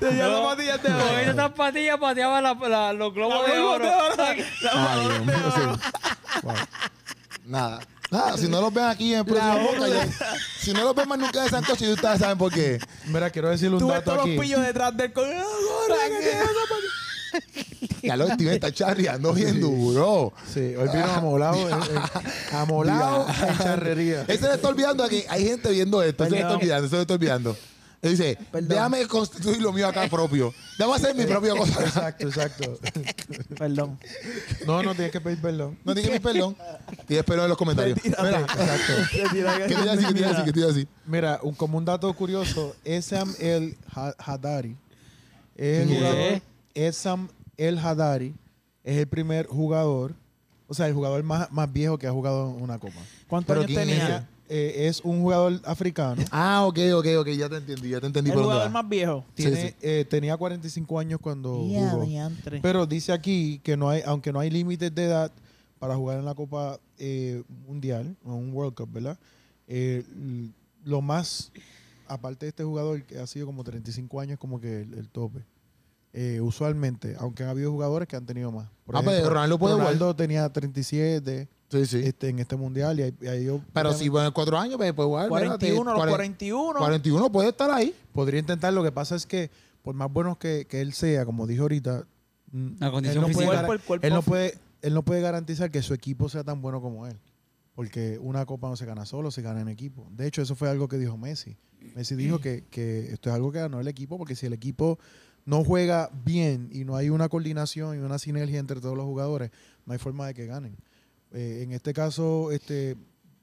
Speaker 4: tenía las patillas de
Speaker 5: Con
Speaker 4: oro.
Speaker 5: esas patillas pateaba la- la- los globos de
Speaker 4: Los
Speaker 5: oro.
Speaker 4: globos de oro.
Speaker 2: Ay, Dios mío, sí. Nada. Nada, si no los ven aquí en el próximo podcast, yo- si no los ven más nunca de Sancocho, y ustedes saben por qué.
Speaker 6: Mira, quiero decirle un
Speaker 4: Tú ves
Speaker 6: dato
Speaker 4: todos los
Speaker 6: aquí.
Speaker 4: pillos detrás del co- ¡Ah, gorra, que tiene esa patilla!
Speaker 2: Ya lo Steven está charreando bien duro.
Speaker 6: Sí, hoy vino amolado. eh, eh, amolado en charrería.
Speaker 2: Ese le está olvidando que hay gente viendo esto. Eso le está olvidando, eso le está olvidando. Él dice,
Speaker 4: Perdón.
Speaker 2: déjame constituir lo mío acá propio. Déjame hacer mi propia cosa. acá".
Speaker 6: Exacto, exacto.
Speaker 4: Perdón.
Speaker 6: No, no tienes que pedir perdón.
Speaker 2: No tienes perdón. Tienes perdón en los comentarios. Mira, que te diga así, que te diga así, que te diga así.
Speaker 6: Mira, un, como un dato curioso, Esam El Ha- Hadari es el
Speaker 4: ¿Qué?
Speaker 6: jugador. Esam El Hadari es el primer jugador, o sea, el jugador más, más viejo que ha jugado una copa.
Speaker 4: ¿Cuántos
Speaker 2: Pero
Speaker 4: años
Speaker 2: ¿quién es
Speaker 4: tenía?
Speaker 6: Eh, es un jugador africano.
Speaker 2: Ah, ok, ok, ok, ya te entendí, ya te entendí
Speaker 4: El
Speaker 2: por dónde
Speaker 4: jugador
Speaker 2: va.
Speaker 4: más viejo.
Speaker 6: Tiene,
Speaker 2: Sí, sí.
Speaker 6: eh, tenía 45 años cuando
Speaker 4: Ya,
Speaker 6: jugó.
Speaker 4: diantre.
Speaker 6: Pero dice aquí que no hay, aunque no hay límites de edad para jugar en la Copa eh, Mundial, o un World Cup, ¿verdad? Eh, l- lo más, aparte de este jugador que ha sido como 35 años, como que el, el tope. Eh, usualmente, aunque ha habido jugadores que han tenido más. Por
Speaker 2: Ah, pues, Ronaldo puede jugar.
Speaker 6: Ronaldo tenía 37
Speaker 2: Sí, sí.
Speaker 6: este, en este mundial y, ahí- y ahí yo
Speaker 2: Pero si van cuatro años, pues, pues igual, mira, te-
Speaker 4: 41, los
Speaker 2: cuare-
Speaker 4: 41.
Speaker 2: 41 puede estar ahí.
Speaker 6: podría intentar. Lo que pasa es que, por más buenos que, que él sea, como dije ahorita, mm,
Speaker 5: La
Speaker 6: él
Speaker 5: condición
Speaker 6: no puede
Speaker 5: física.
Speaker 6: gar-
Speaker 4: el cuerpo
Speaker 6: él no puede él no puede garantizar que su equipo sea tan bueno como él porque una copa no se gana solo se gana en equipo de hecho eso fue algo que dijo Messi Messi dijo que, que esto es algo que ganó el equipo porque si el equipo no juega bien y no hay una coordinación y una sinergia entre todos los jugadores no hay forma de que ganen Eh, en este caso este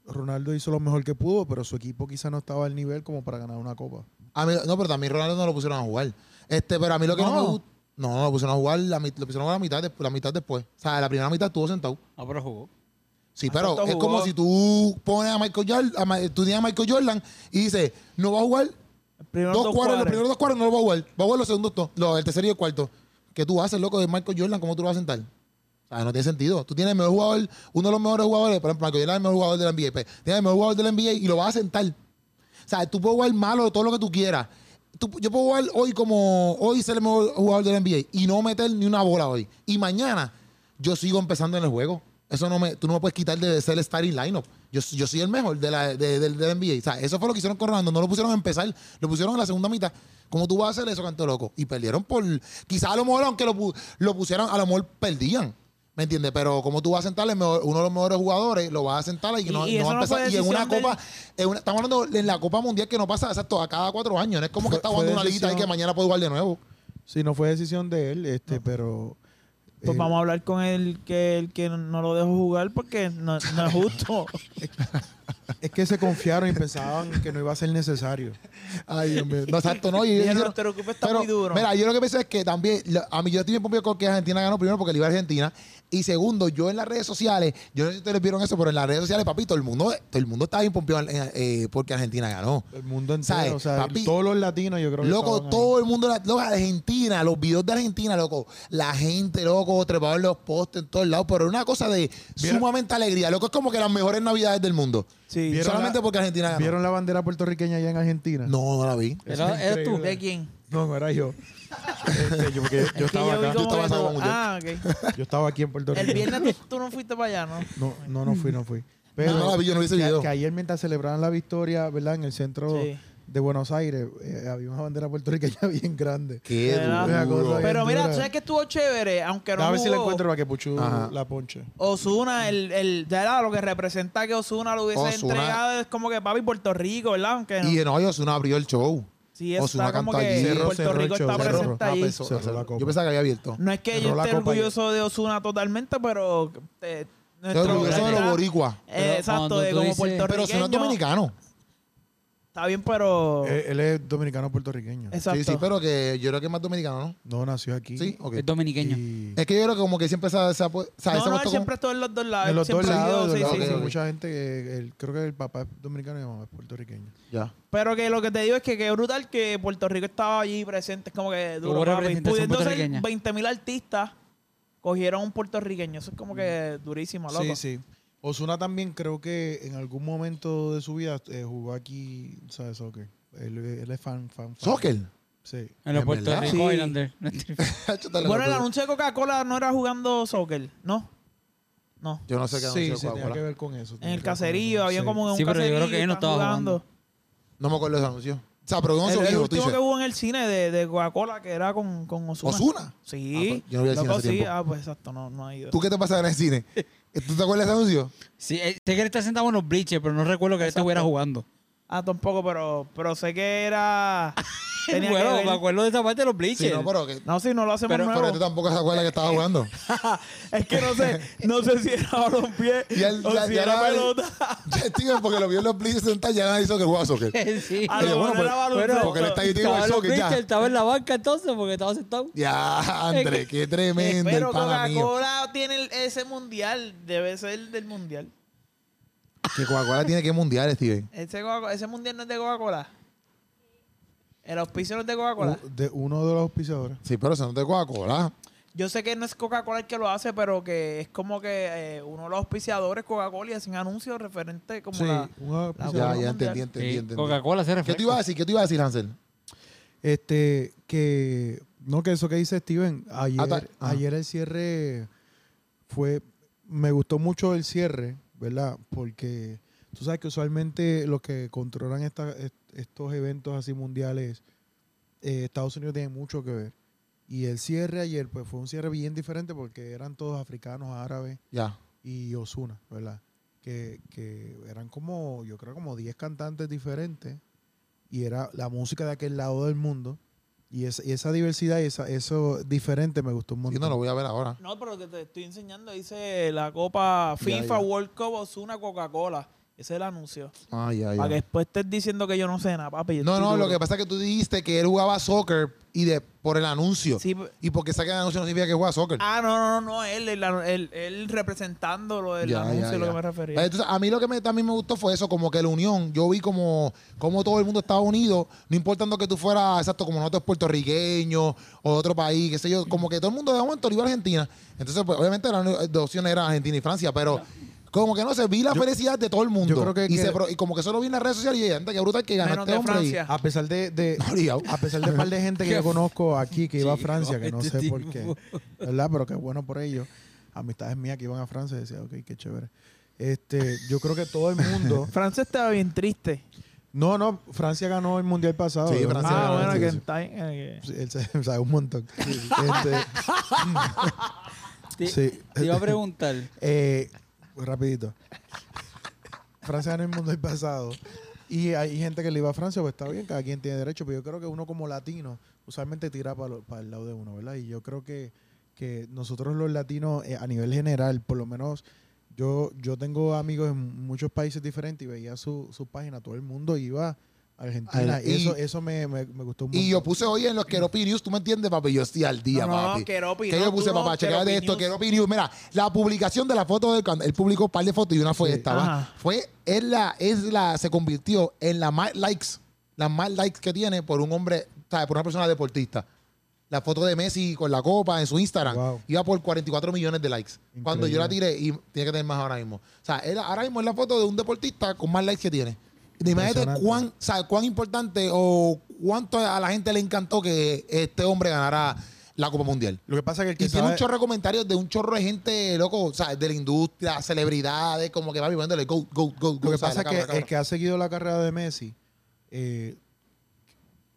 Speaker 6: Ronaldo hizo lo mejor que pudo pero su equipo quizá no estaba al nivel como para ganar una copa
Speaker 2: A mí- no, pero también Ronaldo no lo pusieron a jugar. Este, pero a mí lo que no,
Speaker 4: No.
Speaker 2: me gusta. No, no lo pusieron a jugar, la, mit- lo pusieron a jugar la mitad, después- la mitad después. O sea, la primera mitad estuvo sentado.
Speaker 5: Ah, pero jugó.
Speaker 2: Sí,
Speaker 4: Ah,
Speaker 2: pero
Speaker 4: sentado
Speaker 2: es
Speaker 4: jugó.
Speaker 2: como si tú pones a Michael Jordan, a, Ma- tú tienes a Michael Jordan y dices, no va a jugar
Speaker 4: Primero
Speaker 2: dos cuadros, los primeros dos cuadros no lo va a jugar. Va a jugar los segundos dos, los- el tercero y el cuarto. ¿Qué tú haces, loco, de Michael Jordan? ¿Cómo tú lo vas a sentar? O sea, no tiene sentido. Tú tienes el mejor jugador, uno de los mejores jugadores, por ejemplo, Michael Jordan es el mejor jugador de la NBA. pues, tienes el mejor jugador de la NBA y lo vas a sentar. O sea, tú puedes jugar malo todo lo que tú quieras. Tú- yo puedo jugar hoy como hoy ser el mejor jugador de la NBA y no meter ni una bola hoy. Y mañana yo sigo empezando en el juego. Eso no me, tú no me puedes quitar de ser el starting lineup. Yo, yo soy el mejor de la, de, de- de la NBA. O sea, eso fue lo que hicieron con Ronaldo. No lo pusieron a empezar, lo pusieron en la segunda mitad. ¿Cómo tú vas a hacer eso, canto loco? Y perdieron por. Quizás a lo mejor, aunque lo, pu- lo pusieron, a lo mejor perdían. ¿Me entiendes? Pero como tú vas a sentar el mejor- uno de los mejores jugadores, lo vas a sentar y,
Speaker 4: Y-
Speaker 2: no,
Speaker 4: y
Speaker 2: no
Speaker 4: eso
Speaker 2: va a
Speaker 4: no
Speaker 2: empezar.
Speaker 4: fue
Speaker 2: y en una
Speaker 4: decisión del-
Speaker 2: copa, en una- estamos hablando en la Copa Mundial que no pasa exacto a cada cuatro años. No es como
Speaker 6: Fue-
Speaker 2: que está
Speaker 6: fue
Speaker 2: jugando una liguita y que
Speaker 6: decisión-
Speaker 2: mañana puede jugar de nuevo.
Speaker 6: si no fue decisión de él este pero
Speaker 4: Pues
Speaker 6: eh,
Speaker 4: vamos a hablar con el que, el que no lo dejó jugar porque no, no es justo.
Speaker 6: es que se confiaron y pensaban que no iba a ser necesario
Speaker 2: Ay, Dios mío. No, exacto, no. Y ellos
Speaker 4: Mira, no
Speaker 2: hicieron-
Speaker 4: te preocupes, está muy duro.
Speaker 2: Mira, yo lo que pienso es que también, la- a mí yo estoy bien pompeado con que Argentina ganó primero porque le iba a Argentina. Y segundo, yo en las redes sociales, yo no sé si ustedes vieron eso, pero en las redes sociales, papi, todo el mundo, todo el mundo estaba bien pompeado en- eh, porque Argentina ganó.
Speaker 6: El mundo entero,
Speaker 2: ¿Sabes?
Speaker 6: o sea,
Speaker 2: Papi,
Speaker 6: todos los latinos yo creo que
Speaker 2: Loco,
Speaker 6: estaban ahí.
Speaker 2: todo el mundo, la- loco, Argentina, los videos de Argentina, loco, la gente, loco, trepado en los postes en todos lados, pero era una cosa de
Speaker 6: Vieron-
Speaker 2: sumamente alegría, loco, es como que las mejores navidades del mundo.
Speaker 4: Sí.
Speaker 6: Vieron
Speaker 2: Solamente
Speaker 6: la-
Speaker 2: porque Argentina ganó.
Speaker 6: ¿Vieron la bandera puertorriqueña allá en Argentina?
Speaker 2: No, no la vi.
Speaker 5: Era, eres tú.
Speaker 4: ¿De quién?
Speaker 6: No, no era yo. Este, yo, porque yo- yo
Speaker 4: Es que
Speaker 6: estaba
Speaker 4: vi
Speaker 6: acá.
Speaker 4: como
Speaker 2: estaba
Speaker 4: que
Speaker 2: en San
Speaker 4: tú-
Speaker 2: Juan Mundial.
Speaker 4: Ah, ok.
Speaker 6: Yo estaba aquí en Puerto Rico.
Speaker 4: El viernes tú, tú no fuiste para allá, ¿no?
Speaker 6: No, no, no fui, no fui. Pero
Speaker 2: no la vi, yo no vi ese
Speaker 6: que,
Speaker 2: video.
Speaker 6: que ayer mientras celebraban la victoria, ¿verdad? En el centro
Speaker 4: Sí.
Speaker 6: de Buenos Aires, eh, había una bandera puertorriqueña bien grande.
Speaker 2: Qué
Speaker 4: Era-
Speaker 6: Una cosa bien
Speaker 4: Pero mira,
Speaker 6: dura.
Speaker 4: tú sabes que estuvo chévere, aunque no
Speaker 6: a ver si la
Speaker 4: jugó.
Speaker 6: encuentro para que Puchu
Speaker 2: Ajá.
Speaker 6: la ponche.
Speaker 4: Osuna, el, el, ya era lo que representa que Osuna lo hubiese
Speaker 2: Ozuna.
Speaker 4: entregado, es como que papi Puerto Rico, ¿verdad? Aunque no.
Speaker 2: Y no, y Ozuna abrió el show.
Speaker 4: sí, eso
Speaker 2: Ozuna
Speaker 4: está como
Speaker 2: cantó
Speaker 4: que
Speaker 2: allí. Cerró,
Speaker 4: Puerto
Speaker 6: cerró el
Speaker 4: Rico
Speaker 6: show,
Speaker 4: está
Speaker 6: cerró.
Speaker 4: presente
Speaker 2: Ah,
Speaker 4: allí.
Speaker 2: pues,
Speaker 6: Cerró la copa.
Speaker 2: Yo pensaba que había abierto.
Speaker 4: No es que yo
Speaker 6: Cerró la
Speaker 4: esté
Speaker 6: copa
Speaker 4: orgulloso de Osuna totalmente, pero eh,
Speaker 2: Yo
Speaker 4: nuestro
Speaker 2: orgulloso de los
Speaker 4: gran-
Speaker 2: boricuas.
Speaker 4: Eh,
Speaker 5: Pero
Speaker 4: exacto,
Speaker 5: cuando
Speaker 4: de
Speaker 5: tú
Speaker 4: como
Speaker 5: dices-
Speaker 2: Pero
Speaker 4: puertorriqueño.
Speaker 2: Ozuna es dominicano.
Speaker 4: Está bien,
Speaker 2: Oh.
Speaker 4: pero
Speaker 6: Él, él es dominicano puertorriqueño.
Speaker 4: exacto.
Speaker 2: Eh, Sí, sí, pero que yo creo que es más dominicano, ¿no?
Speaker 6: No nació aquí.
Speaker 2: Sí, Eh, ok.
Speaker 5: Es dominiqueño.
Speaker 6: Y-
Speaker 2: Es que yo creo que como que siempre se ha... se ha pu- o sea,
Speaker 4: no,
Speaker 2: se ha
Speaker 4: no, él
Speaker 2: puesto
Speaker 4: siempre estuvo en los dos lados.
Speaker 6: De los dos
Speaker 4: siempre ha
Speaker 6: lados,
Speaker 4: ido,
Speaker 6: de los
Speaker 4: sí,
Speaker 6: dos
Speaker 2: lados.
Speaker 4: sí, sí.
Speaker 6: lados.
Speaker 2: sí.
Speaker 6: mucha gente, que el- creo que el papá es dominicano y la mamá es puertorriqueña.
Speaker 2: Ya.
Speaker 4: Pero que lo que te digo es que qué brutal que Puerto Rico estaba allí presente. Es como que duro,
Speaker 5: Hubo
Speaker 4: papi.
Speaker 5: representación
Speaker 4: Pudiendo ser
Speaker 5: puertorriqueña.
Speaker 4: 20.000 artistas cogieron un puertorriqueño. Eso es como que durísimo, loco.
Speaker 6: Sí, sí. Osuna también creo que en algún momento de su vida eh, jugó aquí, ¿sabes? Soccer. Él, él es fan, fan, fan.
Speaker 2: ¿Soccer?
Speaker 6: Sí.
Speaker 5: En los
Speaker 2: ¿En
Speaker 5: Puerto
Speaker 2: verdad?
Speaker 5: Rico
Speaker 4: Sí.
Speaker 5: Islander.
Speaker 4: Bueno, el anuncio de Coca-Cola no era jugando soccer, ¿no. No.
Speaker 2: Yo no sé qué
Speaker 6: Sí,
Speaker 2: anuncio
Speaker 6: sí,
Speaker 2: de
Speaker 6: tenía
Speaker 2: Coca-Cola.
Speaker 6: que ver con eso.
Speaker 4: En
Speaker 6: tenía
Speaker 4: el
Speaker 2: pues,
Speaker 6: que ver con
Speaker 4: caserío,
Speaker 6: eso.
Speaker 4: había
Speaker 6: Sí.
Speaker 4: como en un
Speaker 5: Sí, pero yo
Speaker 4: caserío
Speaker 5: creo que él no
Speaker 4: estaban
Speaker 5: estaba jugando.
Speaker 2: No me acuerdo de ese anuncio. O sea, pero no se
Speaker 4: El, el
Speaker 2: viejo, tú
Speaker 4: último que
Speaker 2: dices.
Speaker 4: hubo en el cine de, de Coca-Cola que era con, con Osuna.
Speaker 2: ¿Ozuna? Ah,
Speaker 4: Sí.
Speaker 2: pues, yo no vi el cine
Speaker 4: Loco,
Speaker 2: hace
Speaker 4: sí.
Speaker 2: tiempo.
Speaker 4: Ah, pues exacto, no, no ha ido.
Speaker 2: ¿Tú qué te pasaba en el cine? ¿Tú te acuerdas de ese anuncio?
Speaker 5: Sí, eh, sé que él está sentado en los bleachers, pero no recuerdo que él estuviera jugando.
Speaker 4: Ah, tampoco, pero, pero sé que era. Tenía que
Speaker 5: Bueno,
Speaker 4: ver.
Speaker 5: me acuerdo de esa parte de los
Speaker 2: Sí,
Speaker 5: bleachers.
Speaker 2: no, pero que.
Speaker 4: No, Eh, si no lo hacemos
Speaker 5: Pero-
Speaker 4: nuevo.
Speaker 2: Pero tú tampoco se acuerdas que estaba jugando.
Speaker 4: es que no sé, no sé si era balompié
Speaker 2: Y el-
Speaker 4: o
Speaker 2: la-
Speaker 4: si
Speaker 2: ya
Speaker 4: era
Speaker 2: la-
Speaker 4: pelota.
Speaker 2: Ya, Steven, porque lo vio en los bleachers sentado, ya nadie hizo que jugaba soccer.
Speaker 5: sí.
Speaker 4: A
Speaker 2: Oye,
Speaker 4: lo
Speaker 2: bueno,
Speaker 4: mejor era
Speaker 2: pues,
Speaker 4: baloncesto.
Speaker 2: porque él está ahí, tío,
Speaker 5: Estaba
Speaker 2: el
Speaker 5: en los
Speaker 2: soccer,
Speaker 5: bleachers,
Speaker 2: ya.
Speaker 5: estaba en la banca entonces porque estaba sentado.
Speaker 2: Ya, André, qué tremendo el
Speaker 4: Pero
Speaker 2: pana mío.
Speaker 4: Coca-Cola tiene el- ese mundial, debe ser del mundial.
Speaker 2: Que Coca-Cola tiene que mundial, Steven.
Speaker 4: Ese, Coca- ese mundial no es de Coca-Cola. El auspicio no es de Coca-Cola.
Speaker 6: U- de uno de los auspiciadores.
Speaker 2: Sí, pero eso no es de Coca-Cola.
Speaker 4: Yo sé que no es Coca-Cola el que lo hace, pero que es como que eh, uno de los auspiciadores Coca-Cola y hacen anuncios referentes como
Speaker 6: Sí,
Speaker 4: la...
Speaker 6: un
Speaker 2: Ya,
Speaker 6: auspiciador.
Speaker 4: Coca-Cola
Speaker 2: ya
Speaker 4: mundial.
Speaker 2: entendí, entendí,
Speaker 5: Sí,
Speaker 2: entendí.
Speaker 5: Coca-Cola se
Speaker 2: ¿Qué
Speaker 5: refresca.
Speaker 2: te iba a decir? ¿Qué te iba a decir, Hansel?
Speaker 6: Este, que. No, que eso que dice Steven. Ayer,
Speaker 2: Ah, ta- ah.
Speaker 6: ayer el cierre fue. Me gustó mucho el cierre, ¿verdad? Porque tú sabes que usualmente los que controlan esta- est- estos eventos así mundiales, eh, Estados Unidos tiene mucho que ver. Y el cierre ayer, pues fue un cierre bien diferente porque eran todos africanos, árabes
Speaker 2: Ya.
Speaker 6: y Osuna, ¿verdad? Que, que eran como, yo creo, como 10 cantantes diferentes y era la música de aquel lado del mundo. Y, es- y esa diversidad y esa, eso diferente me gustó un
Speaker 2: Yo
Speaker 6: montón.
Speaker 2: no lo voy a ver ahora.
Speaker 4: No, pero lo que te estoy enseñando dice la Copa
Speaker 2: Ya,
Speaker 4: FIFA
Speaker 2: ya.
Speaker 4: World Cup Osuna Coca-Cola. Ese es el anuncio.
Speaker 2: Ay, ay,
Speaker 4: Para que
Speaker 2: ay.
Speaker 4: después estés diciendo que yo no sé nada, papi. yo
Speaker 2: No,
Speaker 4: estoy
Speaker 2: no, lo
Speaker 4: duro.
Speaker 2: que pasa es que tú dijiste que él jugaba soccer y de por el anuncio.
Speaker 4: Sí, p-
Speaker 2: Y porque saca el anuncio no significa que juega soccer.
Speaker 4: Ah, no, no, no, no, él, el, el- él representando lo del
Speaker 2: Ya,
Speaker 4: anuncio,
Speaker 2: ya,
Speaker 4: lo que
Speaker 2: ya.
Speaker 4: me refería.
Speaker 2: Eh, Entonces, a mí lo que me, también me gustó fue eso, como que la unión. Yo vi como, como todo el mundo estaba unido, no importando que tú fueras, exacto, como nosotros puertorriqueños o de otro país, qué sé yo, como que todo el mundo de momento le iba a Argentina. Entonces, pues, obviamente la uni- de opción era Argentina y Francia, pero como que no sé, vi la felicidad de todo el mundo.
Speaker 6: yo creo que-
Speaker 2: y, se
Speaker 6: que-
Speaker 2: pro- y como que solo vi en las redes sociales y gente, que brutal que ganó
Speaker 4: Menos
Speaker 2: este
Speaker 4: de
Speaker 2: hombre. y-
Speaker 4: Francia.
Speaker 6: A pesar de, de-
Speaker 2: Obligado.
Speaker 6: a pesar de un par de gente que
Speaker 5: Qué
Speaker 6: yo conozco aquí que iba a
Speaker 5: chico,
Speaker 6: Francia, que no
Speaker 5: este
Speaker 6: sé por qué,
Speaker 5: tipo.
Speaker 6: ¿verdad? Pero qué bueno por ellos. Amistades mías que iban a Francia y decía, ok, qué chévere. Este, yo creo que todo el mundo.
Speaker 4: Francia estaba bien triste.
Speaker 6: No, no, Francia ganó el mundial pasado.
Speaker 2: Sí,
Speaker 6: Yo-
Speaker 2: Francia
Speaker 4: Ah,
Speaker 2: ganó el
Speaker 4: bueno,
Speaker 2: sí,
Speaker 4: que
Speaker 2: sí.
Speaker 4: está bien, eh, que-
Speaker 6: Sí, pues, él sabe, sabe un montón. Este,
Speaker 5: Te,
Speaker 6: Sí.
Speaker 5: te iba a preguntar.
Speaker 6: eh, rapidito. Francia ganó el mundo el pasado. Y hay gente que le iba a Francia, pues está bien, cada quien tiene derecho. Pero yo creo que uno como latino, usualmente tira para, el lado de uno, ¿verdad? Y yo creo que, que nosotros los latinos, eh, a nivel general, por lo menos, yo, yo tengo amigos en muchos países diferentes y veía su, su página, todo el mundo iba a Argentina.
Speaker 2: Al-
Speaker 6: y eso,
Speaker 2: y-
Speaker 6: eso me, me, me gustó mucho.
Speaker 2: Y yo puse hoy en los Keropi News, tú me entiendes, papi, yo estoy al día,
Speaker 4: No, no,
Speaker 2: papi.
Speaker 4: Keropi,
Speaker 2: ¿Qué
Speaker 4: no,
Speaker 2: yo
Speaker 4: tú
Speaker 2: puse,
Speaker 4: no,
Speaker 2: papá? Chequéate
Speaker 4: Keropi
Speaker 2: esto,
Speaker 4: News.
Speaker 2: Keropi News. Mira, la publicación de la foto del can- él publicó un par de fotos y una fue
Speaker 6: Sí.
Speaker 2: esta, ¿va?
Speaker 4: Ajá.
Speaker 2: Fue, es la, es la, se convirtió en la más likes, las más likes que tiene por un hombre, ¿sabes? Por una persona deportista. La foto de Messi con la copa en su Instagram
Speaker 6: Wow.
Speaker 2: iba por 44 millones de likes. Cuando yo la
Speaker 6: Increíble.
Speaker 2: tiré, y tiene que tener más ahora mismo. O sea, él- ahora mismo es la foto de un deportista con más likes que tiene. Imagínate
Speaker 6: Impresionante.
Speaker 2: cuán, o sea, cuán importante o cuánto a la gente le encantó que este hombre ganara la Copa Mundial.
Speaker 6: Lo que pasa es que el que
Speaker 2: Y tiene
Speaker 6: sabe-
Speaker 2: un chorro de comentarios de un chorro de gente, loco, o sea, de la industria, celebridades, como que va viviéndole go, go, go, go.
Speaker 6: Lo que
Speaker 2: o sea, la
Speaker 6: pasa es que
Speaker 2: cabra, la
Speaker 6: el
Speaker 2: cabra.
Speaker 6: que ha seguido la carrera de Messi eh,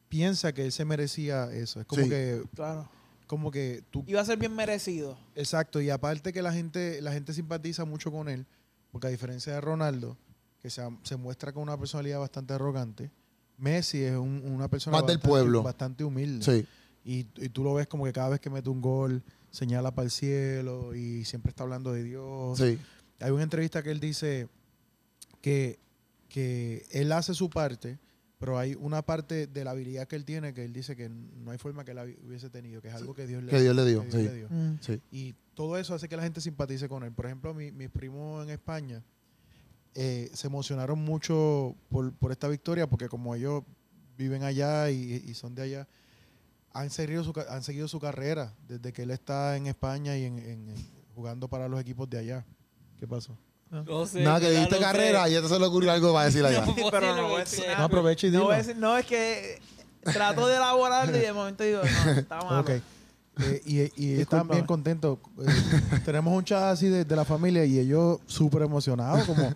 Speaker 6: piensa que él se merecía eso. Es como
Speaker 2: Sí.
Speaker 6: que,
Speaker 4: claro.
Speaker 6: como que tú.
Speaker 4: Iba a ser bien merecido.
Speaker 6: Exacto. Y aparte que la gente, la gente simpatiza mucho con él, porque a diferencia de Ronaldo, que se, am- se muestra con una personalidad bastante arrogante, Messi es un- una persona
Speaker 2: Más del
Speaker 6: bastante-
Speaker 2: pueblo.
Speaker 6: bastante humilde.
Speaker 2: Sí.
Speaker 6: Y, y tú lo ves como que cada vez que mete un gol, señala para el cielo y siempre está hablando de Dios.
Speaker 2: Sí.
Speaker 6: Hay una entrevista que él dice que, que él hace su parte, pero hay una parte de la habilidad que él tiene que él dice que no hay forma que él habi- hubiese tenido, que es algo que Dios le,
Speaker 2: Que Dios le dio,
Speaker 6: que
Speaker 2: sí.
Speaker 4: Mm.
Speaker 2: Sí.
Speaker 6: Y todo eso hace que la gente simpatice con él. Por ejemplo, mi- mis primos en España eh, se emocionaron mucho por, por esta victoria, porque como ellos viven allá y, y son de allá, han seguido, su, ca- han seguido su carrera desde que él está en España y en- en- en- jugando para los equipos de allá. ¿Qué pasó?
Speaker 5: No sé.
Speaker 2: Nada, que le diste carrera y ya te se le ocurrió algo para decir allá.
Speaker 4: Sí, pero no voy a decir nada.
Speaker 6: No, aprovecha y
Speaker 4: Ah, No,
Speaker 6: dilo.
Speaker 4: voy a decir- no, es que trato de elaborarlo y de momento digo, no, está malo.
Speaker 6: Ok. Eh, y y ellos estaban
Speaker 4: Discúlpame.
Speaker 6: bien contentos. Eh, tenemos un chat así de, de la familia y ellos súper emocionados. Como,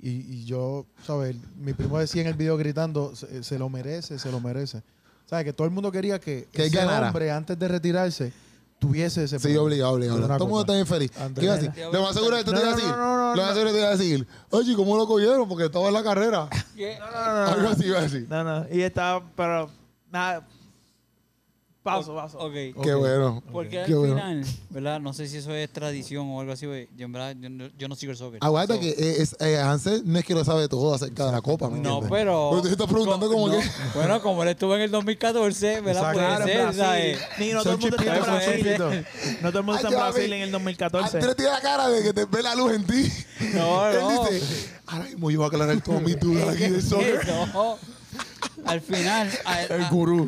Speaker 6: y, y yo, ¿sabes? Mi primo decía en el video gritando, se, eh, se lo merece, se lo merece. ¿Sabes? Que todo el mundo quería que,
Speaker 2: Que él
Speaker 6: ese
Speaker 2: ganara.
Speaker 6: hombre, antes de retirarse, tuviese ese
Speaker 2: Sí,
Speaker 6: poder.
Speaker 2: obligado, obligado.
Speaker 6: Una
Speaker 2: Todo el mundo está
Speaker 6: copa.
Speaker 2: bien feliz.
Speaker 6: Andrea.
Speaker 2: ¿Qué iba a decir? Lo más seguro es que tú te
Speaker 6: No,
Speaker 2: ibas a
Speaker 6: no,
Speaker 2: decir.
Speaker 6: no, no,
Speaker 2: Lo más
Speaker 6: no.
Speaker 2: seguro es que te ibas a decir. Oye, ¿cómo lo cogieron? Porque estaba en la carrera. Algo así iba a decir.
Speaker 4: No, no. Y estaba, pero nada. Paso, paso.
Speaker 5: Ok.
Speaker 2: Qué
Speaker 6: Ok.
Speaker 2: bueno.
Speaker 5: Porque al
Speaker 2: Qué bueno.
Speaker 5: final, ¿verdad? No sé si eso es tradición o algo así, güey. Yo en verdad, yo no, yo no sigo el soccer.
Speaker 2: Aguanta
Speaker 5: So-
Speaker 2: que eh, es, eh, Hansel no es que lo sabe todo acerca de la copa, ¿me
Speaker 5: No,
Speaker 2: entiendes?
Speaker 5: pero.
Speaker 2: tú estás preguntando
Speaker 5: co-
Speaker 2: como
Speaker 5: no.
Speaker 2: que.
Speaker 5: Bueno, como él estuvo en el 2014, ¿verdad?
Speaker 6: Exacto.
Speaker 5: Puede
Speaker 6: Claro,
Speaker 5: ser, ¿sabes?
Speaker 4: Ni no todo el
Speaker 6: Son
Speaker 4: mundo está en
Speaker 6: chispitos, son
Speaker 4: Brasil.
Speaker 6: chispitos.
Speaker 4: No todo el mundo está en
Speaker 2: Ay, yo,
Speaker 4: Brasil
Speaker 2: a mí,
Speaker 4: en el 2014.
Speaker 2: Andrés tiene la cara de que te ve la luz en ti.
Speaker 5: No,
Speaker 2: Él
Speaker 5: no.
Speaker 2: dice, ahora mismo yo voy a aclarar todas mis dudas aquí del soccer.
Speaker 5: No. Al final. a-
Speaker 6: El
Speaker 5: a-
Speaker 6: gurú.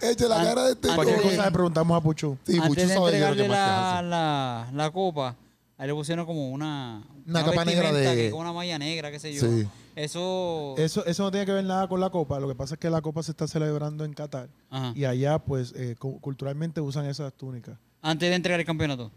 Speaker 2: Eche la
Speaker 5: An-
Speaker 2: cara de este. como
Speaker 5: An-
Speaker 6: Cualquier
Speaker 2: que-
Speaker 6: cosa le preguntamos a Puchu.
Speaker 2: Sí, Puchu
Speaker 5: antes
Speaker 2: sabe
Speaker 5: de
Speaker 2: yo lo
Speaker 5: entregarle
Speaker 2: que más
Speaker 5: la,
Speaker 2: que hace.
Speaker 5: la, la copa, ahí le pusieron como una.
Speaker 2: Una capa negra
Speaker 5: vestimenta
Speaker 2: de-
Speaker 5: que- con una malla negra, qué sé yo.
Speaker 2: Sí.
Speaker 5: Eso.
Speaker 6: Eso, eso no tiene que ver nada con la copa. Lo que pasa es que la copa se está celebrando en Qatar.
Speaker 2: Ah.
Speaker 5: Ajá.
Speaker 6: Y allá, pues, eh, cu- culturalmente usan esas túnicas.
Speaker 5: Antes de entregar el campeonato.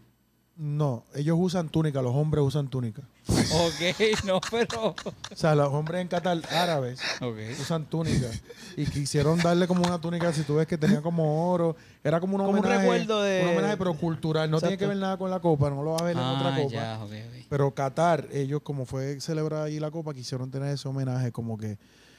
Speaker 6: No, ellos usan túnica, los hombres usan túnica.
Speaker 5: ok, no, pero.
Speaker 6: O sea, los hombres en Qatar árabes
Speaker 5: Ok.
Speaker 6: usan túnica. Y quisieron darle como una túnica, si tú ves que tenía como oro. Era como un
Speaker 4: Como un
Speaker 6: homenaje.
Speaker 4: recuerdo de-
Speaker 6: un homenaje, pero cultural. No tiene
Speaker 4: Exacto.
Speaker 6: que ver nada con la copa, no lo vas a ver en otra
Speaker 5: Ah,
Speaker 6: copa.
Speaker 5: ya, ok, ok.
Speaker 6: Pero Qatar, ellos como fue celebrada allí la copa, quisieron tener ese homenaje como que...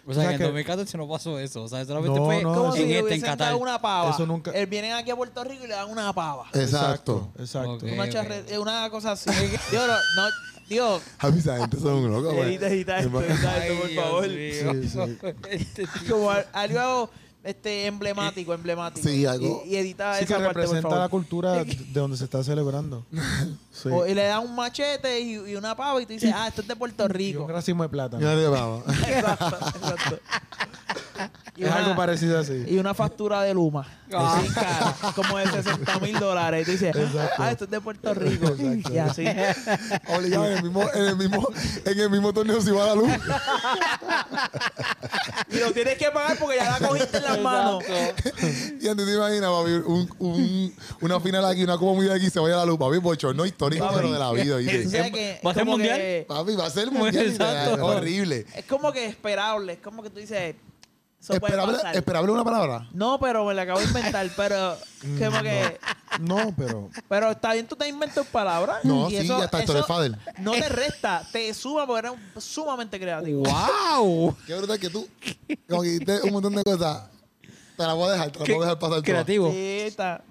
Speaker 5: O sea,
Speaker 6: O sea
Speaker 5: que en
Speaker 6: que-
Speaker 5: 2014 no pasó eso. O sea, solamente
Speaker 6: No,
Speaker 5: fue
Speaker 6: no,
Speaker 4: Como
Speaker 6: eso-
Speaker 4: si
Speaker 5: en
Speaker 4: le
Speaker 5: este, en
Speaker 4: hubiesen
Speaker 5: Qatar.
Speaker 4: dado una pava.
Speaker 6: Eso nunca-
Speaker 4: Eh, vienen aquí a Puerto Rico y le dan una pava.
Speaker 2: Exacto.
Speaker 6: Exacto.
Speaker 5: Ok.
Speaker 4: Una,
Speaker 5: Eh,
Speaker 4: charre-
Speaker 5: ok.
Speaker 4: eh, una cosa así. Digo, no, no, digo,
Speaker 2: A mí esa gente son locos. pues. güey.
Speaker 4: edita, edita esto, edita esto, por favor.
Speaker 6: Sí, sí.
Speaker 5: Este tipo-
Speaker 4: Como al- algo este, emblemático, emblemático.
Speaker 2: Sí, algo-
Speaker 4: Y, y edita
Speaker 6: Sí, que
Speaker 4: esa parte, por
Speaker 6: representa la
Speaker 4: favor.
Speaker 6: cultura de donde se está celebrando. Sí.
Speaker 4: O- y le dan un machete y, y una pava y tú dices, ah, esto es de Puerto
Speaker 6: Y
Speaker 4: Rico.
Speaker 6: un racimo de plátano.
Speaker 2: Mira, tío, vamos.
Speaker 4: exacto, exacto. Y
Speaker 6: Es
Speaker 4: una-
Speaker 6: algo parecido así.
Speaker 4: y una factura de Luma.
Speaker 5: Ah.
Speaker 4: Así cara, como de 60 mil dólares. Y tú dices,
Speaker 6: Exacto.
Speaker 4: ah, esto es de Puerto Rico.
Speaker 6: Exacto.
Speaker 4: Y así.
Speaker 2: Obligado en el mismo, en el mismo, en el mismo torneo si va la luz.
Speaker 4: Y lo tienes que pagar porque ya la cogiste en las manos.
Speaker 5: Exacto.
Speaker 2: Y antes te imaginas, papi, un, un, una final aquí, una copa mundial aquí, se vaya la luz, papi, bochorno histórico,
Speaker 4: Papi.
Speaker 2: pero de la vida,
Speaker 4: O
Speaker 2: ¿viste?
Speaker 4: sea que,
Speaker 5: ¿Va a ser
Speaker 4: como
Speaker 5: mundial?
Speaker 4: que
Speaker 2: Papi, va a ser mundial,
Speaker 5: Pues Exacto.
Speaker 2: ¿verdad? horrible.
Speaker 4: es como que esperable. Es como que tú dices, eso puede
Speaker 2: Esperable,
Speaker 4: pasar.
Speaker 2: esperable una palabra.
Speaker 4: No, pero me la acabo de inventar. Pero como que...
Speaker 6: No, pero...
Speaker 4: Pero está bien, tú te inventas palabras.
Speaker 2: No,
Speaker 4: y
Speaker 2: sí,
Speaker 4: eso,
Speaker 2: hasta esto
Speaker 4: eso
Speaker 2: de Fadel.
Speaker 4: No te resta, te suma porque eres sumamente creativo.
Speaker 5: ¡Wow!
Speaker 2: Qué brutal que tú, como que dijiste un montón de cosas, te la voy a dejar, te la voy a dejar pasar. toda.
Speaker 5: Creativo.
Speaker 4: Sí, está.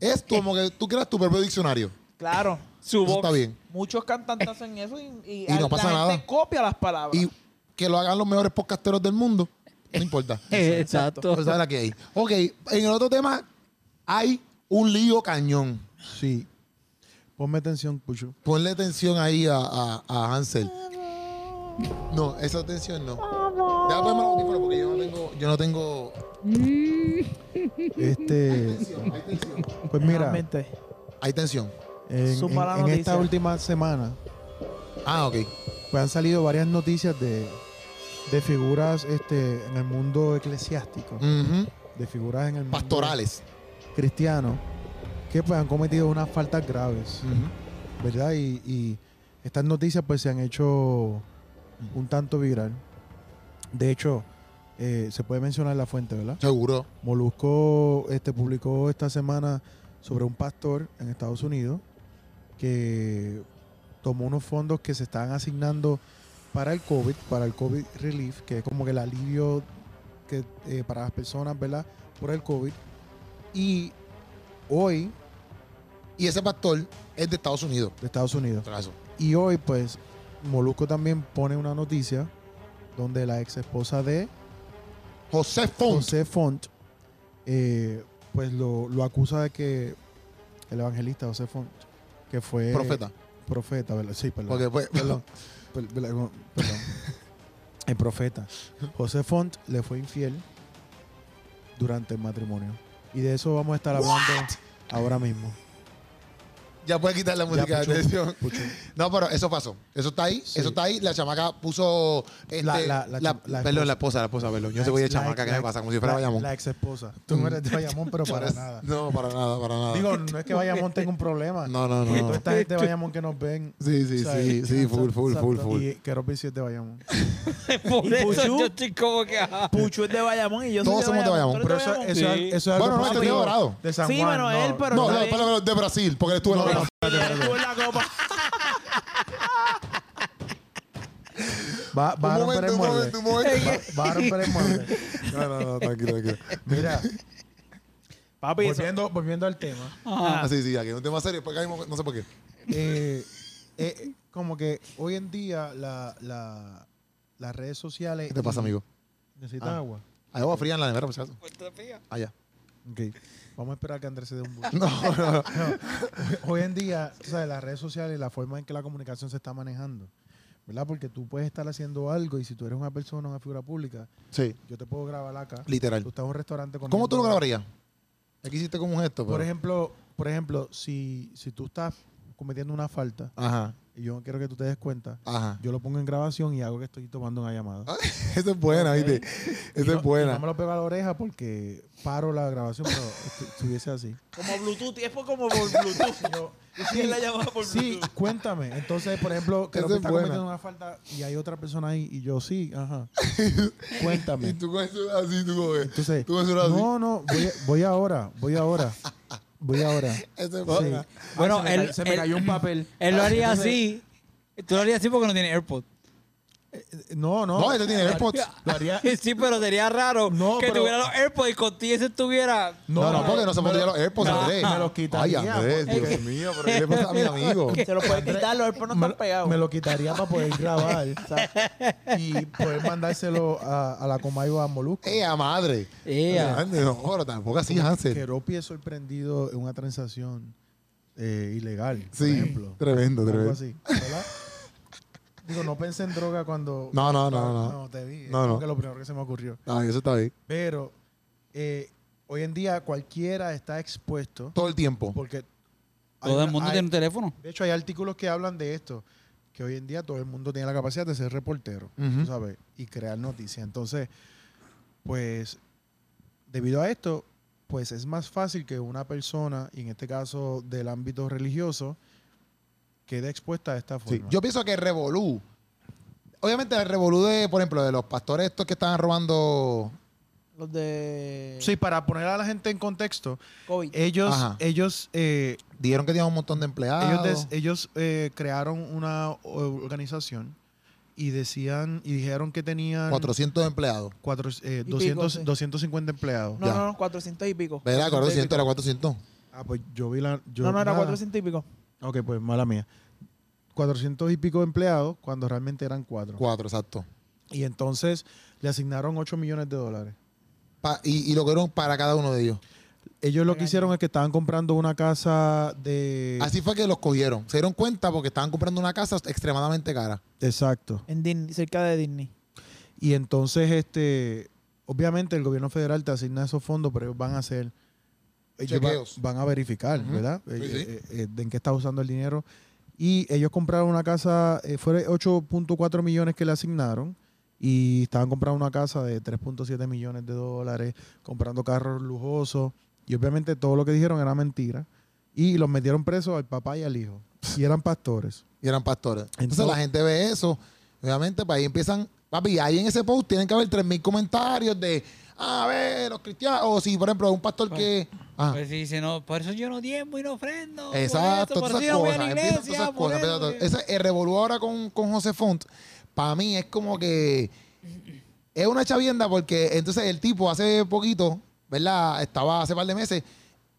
Speaker 2: Es como que tú creas tu propio diccionario.
Speaker 4: Claro.
Speaker 5: Su
Speaker 2: Eso
Speaker 5: voz.
Speaker 2: está bien.
Speaker 4: Muchos cantantes hacen eso y, y
Speaker 2: Y no
Speaker 4: la
Speaker 2: pasa
Speaker 4: gente
Speaker 2: nada.
Speaker 4: copia las palabras.
Speaker 2: Y que lo hagan los mejores podcasteros del mundo, no importa.
Speaker 5: Eh, Exacto.
Speaker 2: Pues sabe la que hay. Ok, en el otro tema hay un lío cañón.
Speaker 6: Sí. Ponme atención, Puchu.
Speaker 2: Ponle atención ahí a, a- a Hansel. No, esa atención no. Deja ponerme los audífonos porque yo no tengo. Yo no tengo.
Speaker 6: Este...
Speaker 2: Hay tensión.
Speaker 6: Pues mira, en,
Speaker 4: Realmente.
Speaker 2: Hay tensión.
Speaker 6: en-
Speaker 4: Supa la
Speaker 6: en
Speaker 4: noticia.
Speaker 6: esta última semana
Speaker 2: Ah, ok.
Speaker 6: pues, han salido varias noticias de, de figuras este, en el mundo eclesiástico,
Speaker 2: Ujú.
Speaker 6: de figuras en el mundo
Speaker 2: Pastorales.
Speaker 6: cristiano, que pues han cometido unas faltas graves.
Speaker 2: Ujú.
Speaker 6: ¿verdad? Y, y estas noticias pues se han hecho un tanto viral. De hecho, eh, se puede mencionar la fuente, ¿verdad?
Speaker 2: Seguro.
Speaker 6: Molusco este, publicó esta semana sobre un pastor en Estados Unidos que tomó unos fondos que se estaban asignando para el COVID, para el COVID Relief, que es como que el alivio que, eh, para las personas, ¿verdad? Por el COVID. Y hoy,
Speaker 2: Y ese pastor es de Estados Unidos.
Speaker 6: de Estados Unidos,
Speaker 2: Atraso.
Speaker 6: Y hoy, pues, Molusco también pone una noticia donde la ex esposa de
Speaker 2: José Font.
Speaker 6: José Font, eh, pues lo, lo acusa de que el evangelista José Font, que fue.
Speaker 2: Profeta.
Speaker 6: Profeta, ¿verdad? Sí, perdón.
Speaker 2: Porque pues, fue.
Speaker 6: Perdón. Per- perdón, perdón. El profeta. José Font le fue infiel durante el matrimonio. Y de eso vamos a estar hablando ahora mismo.
Speaker 2: Ya puedes quitar la música de
Speaker 6: Puchu,
Speaker 2: atención.
Speaker 6: Puchu.
Speaker 2: No, pero eso pasó. Eso está ahí. Eso está ahí. La chamaca puso. este,
Speaker 6: La- la- la cham- la
Speaker 2: perdón,
Speaker 6: esposa.
Speaker 2: la esposa, la esposa, perdón. Yo
Speaker 6: La
Speaker 2: se voy de
Speaker 6: ex- la
Speaker 2: chamaca,
Speaker 6: ex-
Speaker 2: ¿qué me
Speaker 6: la-
Speaker 2: pasa? Como si fuera Bayamón.
Speaker 6: La ex esposa. Tú no eres de Bayamón, pero para nada.
Speaker 2: No, para nada, para nada.
Speaker 6: Digo, no es que Bayamón tenga un problema.
Speaker 2: no, no,
Speaker 6: Porque
Speaker 2: no.
Speaker 6: toda esta gente de Bayamón que nos ven.
Speaker 2: Sí, sí,
Speaker 6: ¿sabes?
Speaker 2: sí, sí, full, full,
Speaker 6: Exacto.
Speaker 2: full, full.
Speaker 6: Y quiero ver si es de Bayamón.
Speaker 5: Por eso
Speaker 4: Puchu?
Speaker 5: yo estoy como que. ah. ajá.
Speaker 4: Pucho es de Bayamón y yo
Speaker 2: Todos
Speaker 4: soy
Speaker 2: somos de Bayamón,
Speaker 4: ¿Tú eres
Speaker 6: Pero eso, eso,
Speaker 1: Sí.
Speaker 6: es, eso es
Speaker 2: Bueno,
Speaker 6: algo
Speaker 2: no, este
Speaker 6: propio
Speaker 2: es dorado.
Speaker 6: De San
Speaker 4: Sí,
Speaker 6: Juan.
Speaker 4: bueno, él, pero
Speaker 2: No,
Speaker 4: está
Speaker 2: no,
Speaker 4: bien.
Speaker 2: espera, espera, de Brasil, porque él estuvo en la
Speaker 6: No,
Speaker 2: copa.
Speaker 4: Él estuvo en la copa.
Speaker 6: Va, va a
Speaker 2: Un
Speaker 6: romper
Speaker 2: momento,
Speaker 6: el
Speaker 2: un
Speaker 6: mueble.
Speaker 2: momento, un momento.
Speaker 6: Va, va a romper el mueble.
Speaker 2: No, no, no, tranquilo, tranquilo.
Speaker 6: Mira,
Speaker 4: Papi, eso-
Speaker 6: volviendo, volviendo al tema.
Speaker 5: Ajá.
Speaker 2: Ah, sí, sí, aquí es un tema serio, porque ahí no sé por qué.
Speaker 6: eh, eh, como que hoy en día la, la, las redes sociales.
Speaker 2: ¿Qué te pasa, amigo?
Speaker 6: ¿Necesitas
Speaker 2: Ah.
Speaker 6: agua?
Speaker 2: Hay agua fría en la nevera, por si acaso. Allá.
Speaker 6: Ok. Vamos a esperar que Andrés se dé un bus.
Speaker 2: No, no, no.
Speaker 6: Hoy en día, tú sabes, las redes sociales y la forma en que la comunicación se está manejando. ¿Verdad? Porque tú puedes estar haciendo algo y si tú eres una persona, una figura pública,
Speaker 2: Sí,
Speaker 6: yo te puedo grabar acá.
Speaker 2: literal.
Speaker 6: Tú estás en un restaurante con.
Speaker 2: ¿Cómo tú lo grabarías? Aquí hiciste como un gesto, pero...
Speaker 6: Por ejemplo, por ejemplo si, si tú estás cometiendo una falta
Speaker 2: Ajá,
Speaker 6: y yo no quiero que tú te des cuenta,
Speaker 2: ajá.
Speaker 6: yo lo pongo en grabación y hago que estoy tomando una llamada.
Speaker 2: Esa es buena, ¿viste?
Speaker 6: Y
Speaker 2: Esa es
Speaker 6: no- y No me
Speaker 2: buena.
Speaker 6: lo pego a la oreja porque paro la grabación, pero estu- estuviese así.
Speaker 4: como Bluetooth, es por- como por Bluetooth. Yo, sí, la llamaba por
Speaker 6: Sí,
Speaker 4: Bluetooth.
Speaker 6: cuéntame. Entonces, por ejemplo, creo
Speaker 2: Esa
Speaker 6: que
Speaker 2: es
Speaker 6: está
Speaker 2: buena.
Speaker 6: cometiendo una falta y hay otra persona ahí y yo sí, ajá. Cuéntame.
Speaker 2: Y tú con eso así, tú con eso.
Speaker 6: Entonces,
Speaker 2: Tú con eso así.
Speaker 6: no, no, voy, voy ahora, voy ahora, voy ahora.
Speaker 2: Esa es buena.
Speaker 5: Bueno,
Speaker 3: se me,
Speaker 5: él,
Speaker 3: ca- se me
Speaker 5: él-
Speaker 3: cayó un papel.
Speaker 5: él
Speaker 6: Ah,
Speaker 5: lo haría así. Tú lo harías así porque no tiene AirPod.
Speaker 6: No, no.
Speaker 2: No, este tiene AirPods.
Speaker 6: Lo
Speaker 2: Ah.
Speaker 6: haría-
Speaker 5: Sí, pero sería raro
Speaker 6: No,
Speaker 5: que
Speaker 6: pero-
Speaker 5: tuviera los AirPods y contigo ese estuviera.
Speaker 2: No, no, porque no se pondría los AirPods,
Speaker 6: me-
Speaker 2: Andrés.
Speaker 6: me los
Speaker 2: Ay,
Speaker 6: quitaría,
Speaker 2: Andrés,
Speaker 5: porque-
Speaker 2: Dios mío, pero ¿qué le pasa a mi amigo?
Speaker 4: Se lo puede quitar, los AirPods no
Speaker 6: me,
Speaker 4: están pegados.
Speaker 6: me lo quitaría para poder grabar ¿sabes? y poder mandárselo a, a la Comaiba Molusco.
Speaker 2: ¡Ea madre!
Speaker 5: Ea.
Speaker 2: Grande, No, pero tampoco así,
Speaker 6: Que
Speaker 2: Hansel.
Speaker 6: Ropi es sorprendido en una transacción eh, ilegal, por
Speaker 2: Sí,
Speaker 6: ejemplo.
Speaker 2: tremendo,
Speaker 6: Algo
Speaker 2: tremendo.
Speaker 6: así, ¿verdad? Digo, no pensé en droga cuando...
Speaker 2: No, no, no, no.
Speaker 6: No, te vi.
Speaker 2: No,
Speaker 6: No,
Speaker 2: no.
Speaker 6: Que lo primero que se me ocurrió.
Speaker 2: Ah, eso está bien.
Speaker 6: Pero eh, hoy en día cualquiera está expuesto
Speaker 2: Todo el tiempo.
Speaker 6: porque... hay
Speaker 5: Todo el
Speaker 6: una-
Speaker 5: mundo
Speaker 6: hay-
Speaker 5: tiene un teléfono.
Speaker 6: De hecho, hay artículos que hablan de esto, que hoy en día todo el mundo tiene la capacidad de ser reportero, tú
Speaker 2: Ujú.
Speaker 6: ¿sabes? Y crear noticias. Entonces, pues, debido a esto, pues es más fácil que una persona, y en este caso del ámbito religioso, quede expuesta a esta
Speaker 2: Sí,
Speaker 6: forma.
Speaker 2: Yo pienso que Revolú. Obviamente el Revolú de, por ejemplo, de los pastores estos que estaban robando.
Speaker 4: Los de
Speaker 6: Eh, Sí, para poner a la gente en contexto,
Speaker 4: COVID.
Speaker 6: ellos,
Speaker 2: Ajá.
Speaker 6: ellos, eh,
Speaker 2: Dijeron que tenían un montón de
Speaker 6: ellos,
Speaker 2: empleados.
Speaker 6: des- ellos eh, crearon una o- organización y decían y dijeron que tenían
Speaker 2: 400 empleados.
Speaker 6: cuatro- eh,
Speaker 4: pico,
Speaker 6: 200,
Speaker 4: sí.
Speaker 6: 250 empleados.
Speaker 4: no,
Speaker 2: ya.
Speaker 4: no, no, 400 y pico.
Speaker 2: ¿Verdad? 400 era 400.
Speaker 6: Ah, pues yo vi la. yo-
Speaker 4: No, no, era
Speaker 6: nada.
Speaker 4: 400 y pico.
Speaker 6: Ok, pues mala mía. 400 y pico de empleados cuando realmente eran cuatro.
Speaker 2: 4, exacto.
Speaker 6: Y entonces le asignaron 8 millones de dólares.
Speaker 2: Pa- y, y lo dieron para cada uno de ellos.
Speaker 6: Ellos lo que
Speaker 4: Regaño.
Speaker 6: hicieron es que estaban comprando una casa de.
Speaker 2: Así fue que los cogieron. Se dieron cuenta porque estaban comprando una casa extremadamente cara.
Speaker 6: Exacto.
Speaker 4: En Disney, cerca de Disney.
Speaker 6: Y entonces, este. Obviamente, el gobierno federal te asigna esos fondos, pero ellos van a hacer. Ellos va-
Speaker 2: Chequeos.
Speaker 6: van a verificar, ¿verdad?
Speaker 2: Sí,
Speaker 6: Eh,
Speaker 2: sí.
Speaker 6: eh, eh, de en qué está usando el dinero. Y ellos compraron una casa, eh, fue 8.4 millones que le asignaron. Y estaban comprando una casa de 3.7 millones de dólares, comprando carros lujosos. Y obviamente todo lo que dijeron era mentira. Y los metieron presos al papá y al hijo. Y eran pastores.
Speaker 2: Y eran pastores. Entonces,
Speaker 6: Entonces-
Speaker 2: la gente ve eso. Obviamente, para ahí empiezan. Papi, ahí en ese post tienen que haber 3.000 comentarios de. "Ah, A ver, los cristianos. O si, por ejemplo, un pastor que. Ah,
Speaker 5: Pues sí, dice, no, por eso yo no tiempo y no ofrendo. por
Speaker 2: Exacto,
Speaker 5: esto, por
Speaker 2: todas
Speaker 5: eso
Speaker 2: esas
Speaker 5: yo no voy a la
Speaker 2: cosas. Empiezan todas
Speaker 5: iglesia,
Speaker 2: esas
Speaker 5: por
Speaker 2: cosas.
Speaker 5: esto,
Speaker 2: empiezan todas-
Speaker 5: porque-
Speaker 2: Ese el revolú ahora con, con José Font, para mí es como que es una chavienda porque entonces el tipo hace poquito, ¿verdad? Estaba hace par de meses.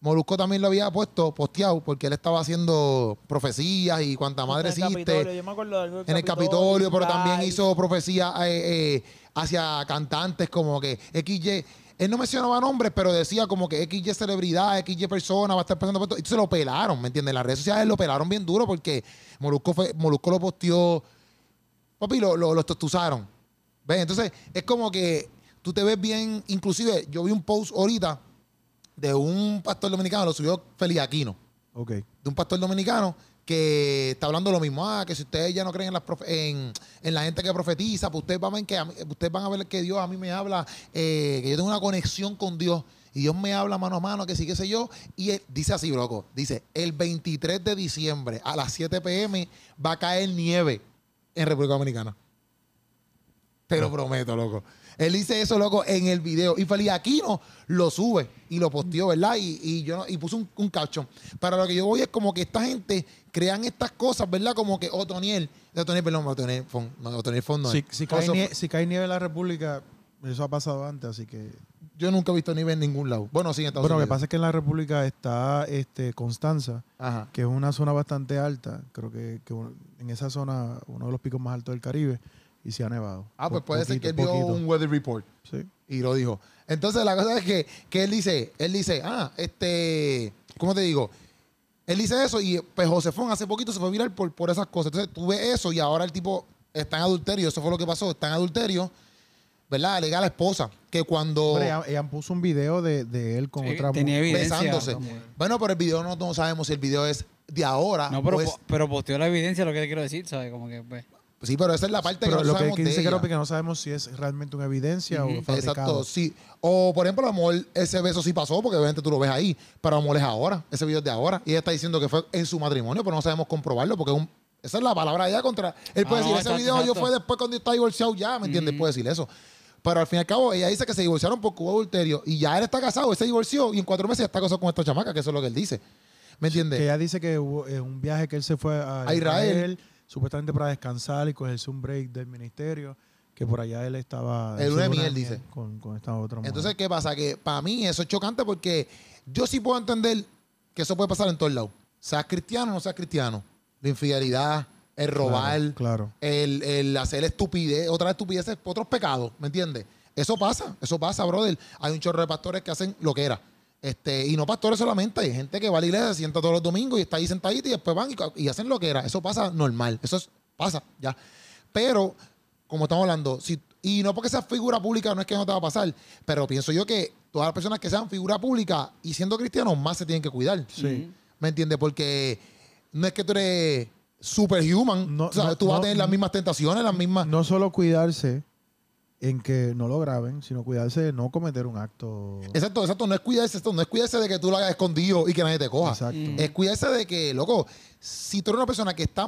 Speaker 2: Molusco también lo había puesto, posteado, porque él estaba haciendo profecías y cuanta madre
Speaker 4: en el Capitolio,
Speaker 2: existe.
Speaker 4: yo me acuerdo de algo del
Speaker 2: En el Capitolio, pero también
Speaker 4: Live.
Speaker 2: hizo profecías eh, eh, hacia cantantes como que XY. Él no mencionaba nombres, pero decía como que XY celebridad, XY persona va a estar pasando por esto. Y se lo pelaron, ¿me entiendes? Las redes sociales lo pelaron bien duro porque Molusco, fue- Molusco lo posteó. Papi, lo, lo, lo tostuzaron. ¿Ves? Entonces, es como que tú te ves bien. Inclusive, yo vi un post ahorita de un pastor dominicano, lo subió Feliz Aquino.
Speaker 6: Ok.
Speaker 2: de un pastor dominicano que está hablando lo mismo. Ah, que si ustedes ya no creen en, las profe- en, en la gente que profetiza, pues ustedes van a ver que, a mí- ustedes van a ver que Dios a mí me habla, eh, que yo tengo una conexión con Dios. Y Dios me habla mano a mano, que sí, qué sé yo. Y él- dice así, loco. Dice, el 23 de diciembre a las 7 p.m. va a caer nieve en República Dominicana. Te lo prometo, loco. Él dice eso, loco, en el video. Y Feliz Aquino lo sube y lo posteó, ¿verdad? Y, y yo no- y puso un, un caption. Para lo que yo voy es como que esta gente crean estas cosas, ¿verdad? Como que Otoniel. Otoniel, perdón, Otoniel Fon. No, Otoniel Fon no es.
Speaker 5: eh.
Speaker 6: Si, si cae
Speaker 2: Oso-
Speaker 6: nie- si cae nieve en la República, eso ha pasado antes, así que.
Speaker 2: Yo nunca he visto nieve en ningún lado. Bueno, sí, en Estados
Speaker 6: Bueno, lo que
Speaker 2: Unidos.
Speaker 6: pasa es que en la República está este, Constanza,
Speaker 2: Ajá.
Speaker 6: que es una zona bastante alta. Creo que, que uno- en esa zona, uno de los picos más altos del Caribe, y se ha nevado.
Speaker 2: Ah, pues
Speaker 6: Po-
Speaker 2: puede ser que él vio
Speaker 6: poquito,
Speaker 2: un weather report.
Speaker 6: poquito. Sí.
Speaker 2: y lo dijo. Entonces la cosa es que, que él dice, él dice, ah, este, ¿cómo te digo? Él dice eso y pues Josefón hace poquito se fue viral por, por esas cosas. Entonces tú ves eso y ahora el tipo está en adulterio, eso fue lo que pasó, está en adulterio, ¿verdad? Alega a la esposa que cuando...
Speaker 6: Hombre, ella, ella puso un video de, de él con
Speaker 5: Sí,
Speaker 6: otra
Speaker 5: tenía
Speaker 6: mu-
Speaker 5: evidencia.
Speaker 2: besándose. Bueno, pero el video no, no sabemos si el video es de ahora.
Speaker 5: No, pero,
Speaker 2: o es-
Speaker 5: po- pero posteó la evidencia, lo que te quiero decir, ¿sabes? Como que, pues,
Speaker 2: sí, pero esa es la parte
Speaker 6: Pero
Speaker 2: que no
Speaker 6: lo que,
Speaker 2: sabemos
Speaker 6: que
Speaker 2: de
Speaker 6: dice
Speaker 2: ella.
Speaker 6: Keropi que no sabemos si es realmente una evidencia o fabricado.
Speaker 2: Exacto, sí. O por ejemplo, a lo mejor ese beso sí pasó, porque obviamente tú lo ves ahí, pero a lo mejor es ahora, ese video es de ahora. Y ella está diciendo que fue en su matrimonio, pero no sabemos comprobarlo, porque es un- esa es la palabra de ella contra. Él
Speaker 5: Ah,
Speaker 2: puede decir,
Speaker 5: no,
Speaker 2: ese
Speaker 5: exacto,
Speaker 2: video yo
Speaker 5: exacto.
Speaker 2: fue después cuando está divorciado ya, ¿me entiendes? Puede decir eso. Pero al fin y al cabo, ella dice que se divorciaron porque hubo adulterio y ya él está casado, él se divorció y en cuatro meses ya está casado con esta chamaca, que eso es lo que él dice. ¿Me entiendes?
Speaker 6: Que ella dice que hubo eh, un viaje que él se fue a,
Speaker 2: A Israel.
Speaker 6: supuestamente para descansar y cogerse un break del ministerio, que por allá él estaba...
Speaker 2: El
Speaker 6: en
Speaker 2: luna de
Speaker 6: su
Speaker 2: miel, dice.
Speaker 6: Con, con esta otra mujer.
Speaker 2: Entonces, ¿qué pasa? Que para mí eso es chocante porque yo sí puedo entender que eso puede pasar en todos lados. Seas cristiano o no seas cristiano. La infidelidad, el
Speaker 6: Claro,
Speaker 2: robar,
Speaker 6: Claro.
Speaker 2: el, el hacer estupidez, otras estupideces, otros pecados, ¿me entiendes? Eso pasa, eso pasa, brother. Hay un chorro de pastores que hacen lo que era. Este, y no pastores solamente, hay gente que va a la iglesia, se sienta todos los domingos y está ahí sentadita y después van y, y hacen lo que era. Eso pasa normal, eso es- pasa ya. Pero, como estamos hablando, si, y no porque seas figura pública, no es que no te va a pasar, pero pienso yo que todas las personas que sean figura pública y siendo cristianos más se tienen que cuidar.
Speaker 5: Mm.
Speaker 6: Sí.
Speaker 2: ¿Me entiendes? Porque no es que tú eres superhuman.
Speaker 6: No,
Speaker 2: o sea,
Speaker 6: no,
Speaker 2: tú vas a
Speaker 6: no,
Speaker 2: tener las
Speaker 6: no.
Speaker 2: mismas tentaciones, las mismas.
Speaker 6: No solo cuidarse en que no lo graben, sino cuidarse de no cometer un acto...
Speaker 2: Exacto, exacto. No es cuidarse esto, no es cuidarse de que tú lo hagas escondido y que nadie te coja.
Speaker 6: Exacto.
Speaker 2: Es cuidarse de que, loco, si tú eres una persona que está,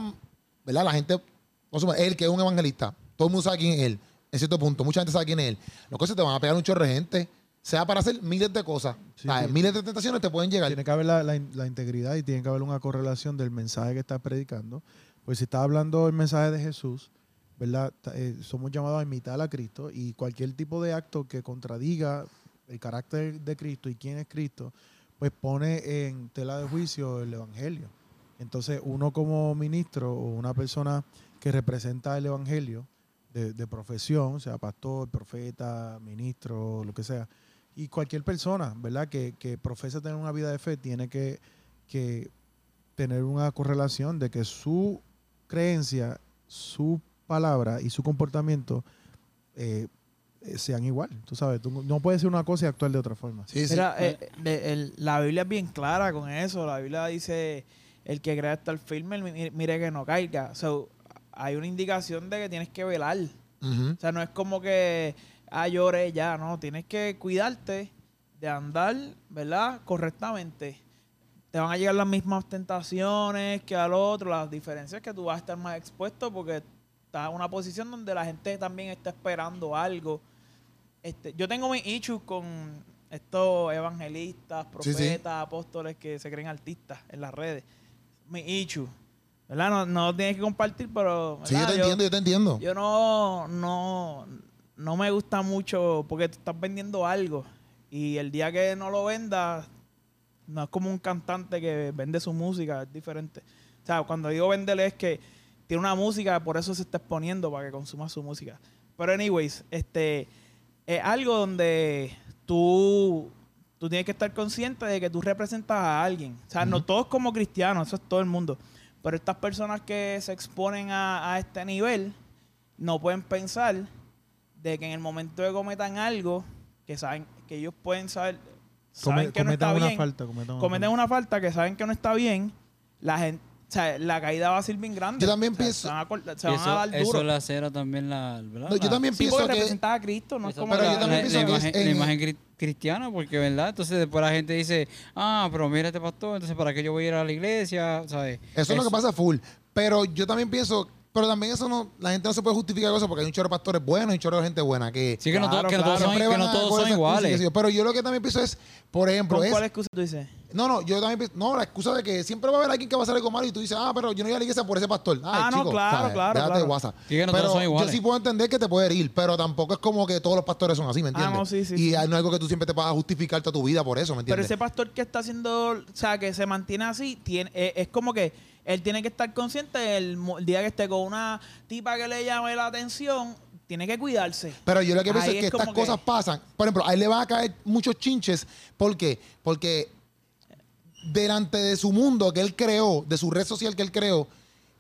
Speaker 2: ¿verdad? La gente, vamos a suponer, él que es un evangelista, todo el mundo sabe quién es él, en cierto punto, mucha gente sabe quién es él. Los cosas te van a pegar un chorro de gente, sea para hacer miles de cosas,
Speaker 6: Sí,
Speaker 2: ¿sabes?
Speaker 6: sí.
Speaker 2: miles de tentaciones te pueden llegar.
Speaker 6: Tiene que haber la, la in- la integridad y tiene que haber una correlación del mensaje que está predicando. Pues si está hablando el mensaje de Jesús, ¿verdad? Ta- eh, somos llamados a imitar a Cristo y cualquier tipo de acto que contradiga el carácter de Cristo y quién es Cristo, pues pone en tela de juicio el Evangelio. Entonces uno como ministro o una persona que representa el Evangelio de, de profesión, sea pastor, profeta, ministro, lo que sea, y cualquier persona, ¿verdad? Que, que profesa tener una vida de fe tiene que, que tener una correlación de que su creencia, su palabra y su comportamiento eh, eh, sean igual. Tú sabes, tú no puedes ser una cosa y actuar de otra forma.
Speaker 2: Sí, sí.
Speaker 4: Mira, eh, de- el- la Biblia es bien clara con eso. La Biblia dice, el que crea hasta el firme, el mi- mire que no caiga. So, hay una indicación de que tienes que velar.
Speaker 2: Ujú.
Speaker 4: O sea, no es como que, ah, lloré ya, no. Tienes que cuidarte de andar, ¿verdad? Correctamente. Te van a llegar las mismas tentaciones que al otro, las diferencias que tú vas a estar más expuesto porque estás en una posición donde la gente también está esperando algo. Este, yo tengo mis issues con estos evangelistas,
Speaker 2: Sí, sí.
Speaker 4: profetas, apóstoles que se creen artistas en las redes. Mis issues. ¿Verdad? No, no tienes que compartir, pero...
Speaker 2: Sí, yo
Speaker 4: ¿verdad?
Speaker 2: te entiendo, yo te entiendo.
Speaker 4: Yo no, no, no me gusta mucho porque tú estás vendiendo algo y el día que no lo vendas, no es como un cantante que vende su música, es diferente. O sea, cuando digo venderle es que tiene una música, por eso se está exponiendo para que consuma su música. Pero anyways, este es algo donde tú tú tienes que estar consciente de que tú representas a alguien. O sea, no todos como cristianos, eso es todo el mundo. Pero estas personas que se exponen a, a este nivel no pueden pensar de que en el momento que cometan algo que saben que ellos pueden saber saben que no
Speaker 6: cometan
Speaker 4: está
Speaker 6: una
Speaker 4: bien,
Speaker 6: falta. Cometan una
Speaker 4: cometen
Speaker 6: falta.
Speaker 4: una falta que saben que no está bien, la gente, o sea, la caída va a ser bien grande.
Speaker 2: Yo también
Speaker 4: O sea,
Speaker 2: pienso-
Speaker 4: Se van a, cortar- se
Speaker 5: Y
Speaker 4: van a
Speaker 5: eso,
Speaker 4: dar
Speaker 5: eso
Speaker 4: duro.
Speaker 5: la acera también la. ¿verdad?
Speaker 2: No, yo
Speaker 5: La-
Speaker 2: también
Speaker 4: Sí,
Speaker 2: pienso
Speaker 4: porque
Speaker 2: que
Speaker 4: representaba a Cristo, no es
Speaker 5: Eso
Speaker 4: como
Speaker 2: pero
Speaker 4: la-
Speaker 2: yo también
Speaker 5: la-
Speaker 2: pienso
Speaker 5: la
Speaker 2: que es
Speaker 5: imagen,
Speaker 2: en-
Speaker 5: la imagen cri- cristiana, porque verdad, entonces después la gente dice, ah, pero mira este pastor, entonces para qué yo voy a ir a la iglesia, ¿sabes?
Speaker 2: Eso es lo que pasa full. Pero yo también pienso, pero también eso no, la gente no se puede justificar eso porque hay un chorro de pastores buenos y un chorro de gente buena que
Speaker 5: Sí, que no, to-
Speaker 4: Claro,
Speaker 5: que no todos
Speaker 4: claro.
Speaker 5: son,
Speaker 2: siempre
Speaker 5: que
Speaker 2: van
Speaker 5: no
Speaker 2: a
Speaker 5: todos
Speaker 2: coger esas excusas
Speaker 5: son
Speaker 2: y
Speaker 5: iguales.
Speaker 2: qué sé yo. Pero yo lo que también pienso es, por ejemplo,
Speaker 4: ¿Con
Speaker 2: es
Speaker 4: cuál excusa tú dices?
Speaker 2: no, no, yo también pienso, no, la excusa de que siempre va a haber alguien que va a hacer algo malo y tú dices, ah, pero yo no iba a la iglesia por ese pastor. Ay,
Speaker 4: Ah, no,
Speaker 2: chico,
Speaker 4: claro,
Speaker 2: ¿sabes?
Speaker 4: claro,
Speaker 2: Déjate de
Speaker 4: claro.
Speaker 2: WhatsApp.
Speaker 5: Sí, que no todos
Speaker 2: pero
Speaker 5: son iguales.
Speaker 2: yo sí puedo entender que te puede herir, pero tampoco es como que todos los pastores son así, ¿me
Speaker 4: Ah,
Speaker 2: entiendes?
Speaker 4: no, sí, sí,
Speaker 2: y
Speaker 4: sí.
Speaker 2: hay- no es algo que tú siempre te vas a justificar toda tu vida por eso, ¿me
Speaker 4: Pero
Speaker 2: entiendes?
Speaker 4: ese pastor que está haciendo, o sea, que se mantiene así, tiene, eh, es como que él tiene que estar consciente el, mo- el día que esté con una tipa que le llame la atención, tiene que cuidarse.
Speaker 2: Pero yo lo que pienso
Speaker 4: Ahí
Speaker 2: es que
Speaker 4: es
Speaker 2: estas
Speaker 4: como que-
Speaker 2: cosas pasan. Por ejemplo, a él le van a caer muchos chinches. ¿Por qué? Porque delante de su mundo que él creó, de su red social que él creó,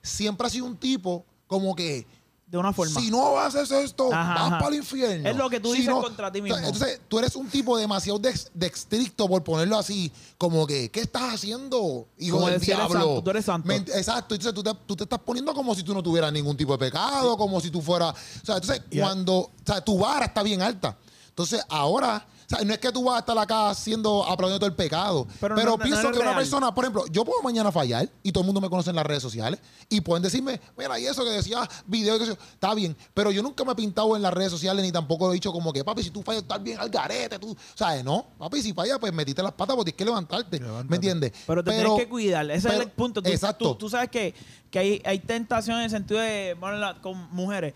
Speaker 2: siempre ha sido un tipo como que
Speaker 4: De una forma.
Speaker 2: si no haces esto,
Speaker 4: Ajá,
Speaker 2: vas
Speaker 4: ajá.
Speaker 2: para el infierno.
Speaker 4: Es lo que tú
Speaker 2: Si
Speaker 4: dices contra ti mismo.
Speaker 2: Entonces, tú eres un tipo demasiado de, de estricto, por ponerlo así, como que, ¿qué estás haciendo, hijo
Speaker 4: Como
Speaker 2: del
Speaker 4: decir, eres
Speaker 2: diablo?
Speaker 4: santo, tú eres santo.
Speaker 2: Me- exacto. Entonces, tú te, tú te estás poniendo como si tú no tuvieras ningún tipo de pecado, como si tú fueras... O sea, entonces,
Speaker 6: Y a-
Speaker 2: cuando... O sea, tu vara está bien alta. Entonces, ahora... O sea, no es que tú vas a estar acá haciendo, aplaudiendo todo el pecado. Pero,
Speaker 4: Pero no- no- no
Speaker 2: pienso
Speaker 4: es
Speaker 2: que una persona
Speaker 4: real.
Speaker 2: persona, por ejemplo, yo puedo mañana fallar y todo el mundo me conoce en las redes sociales y pueden decirme, mira, y eso que decía video, y qué sé yo". está bien, pero yo nunca me he pintado en las redes sociales ni tampoco he dicho como que, papi, si tú fallas, estás bien al garete, tú, sabes, no, papi, si fallas, pues metiste las patas porque tienes que levantarte,
Speaker 6: Levántate.
Speaker 2: ¿me entiendes?
Speaker 4: Pero te tienes que cuidar, ese
Speaker 2: pero-
Speaker 4: es el punto. Tú,
Speaker 2: exacto.
Speaker 4: Tú, tú sabes que, que hay, hay tentación en el sentido de, bueno, la- con mujeres.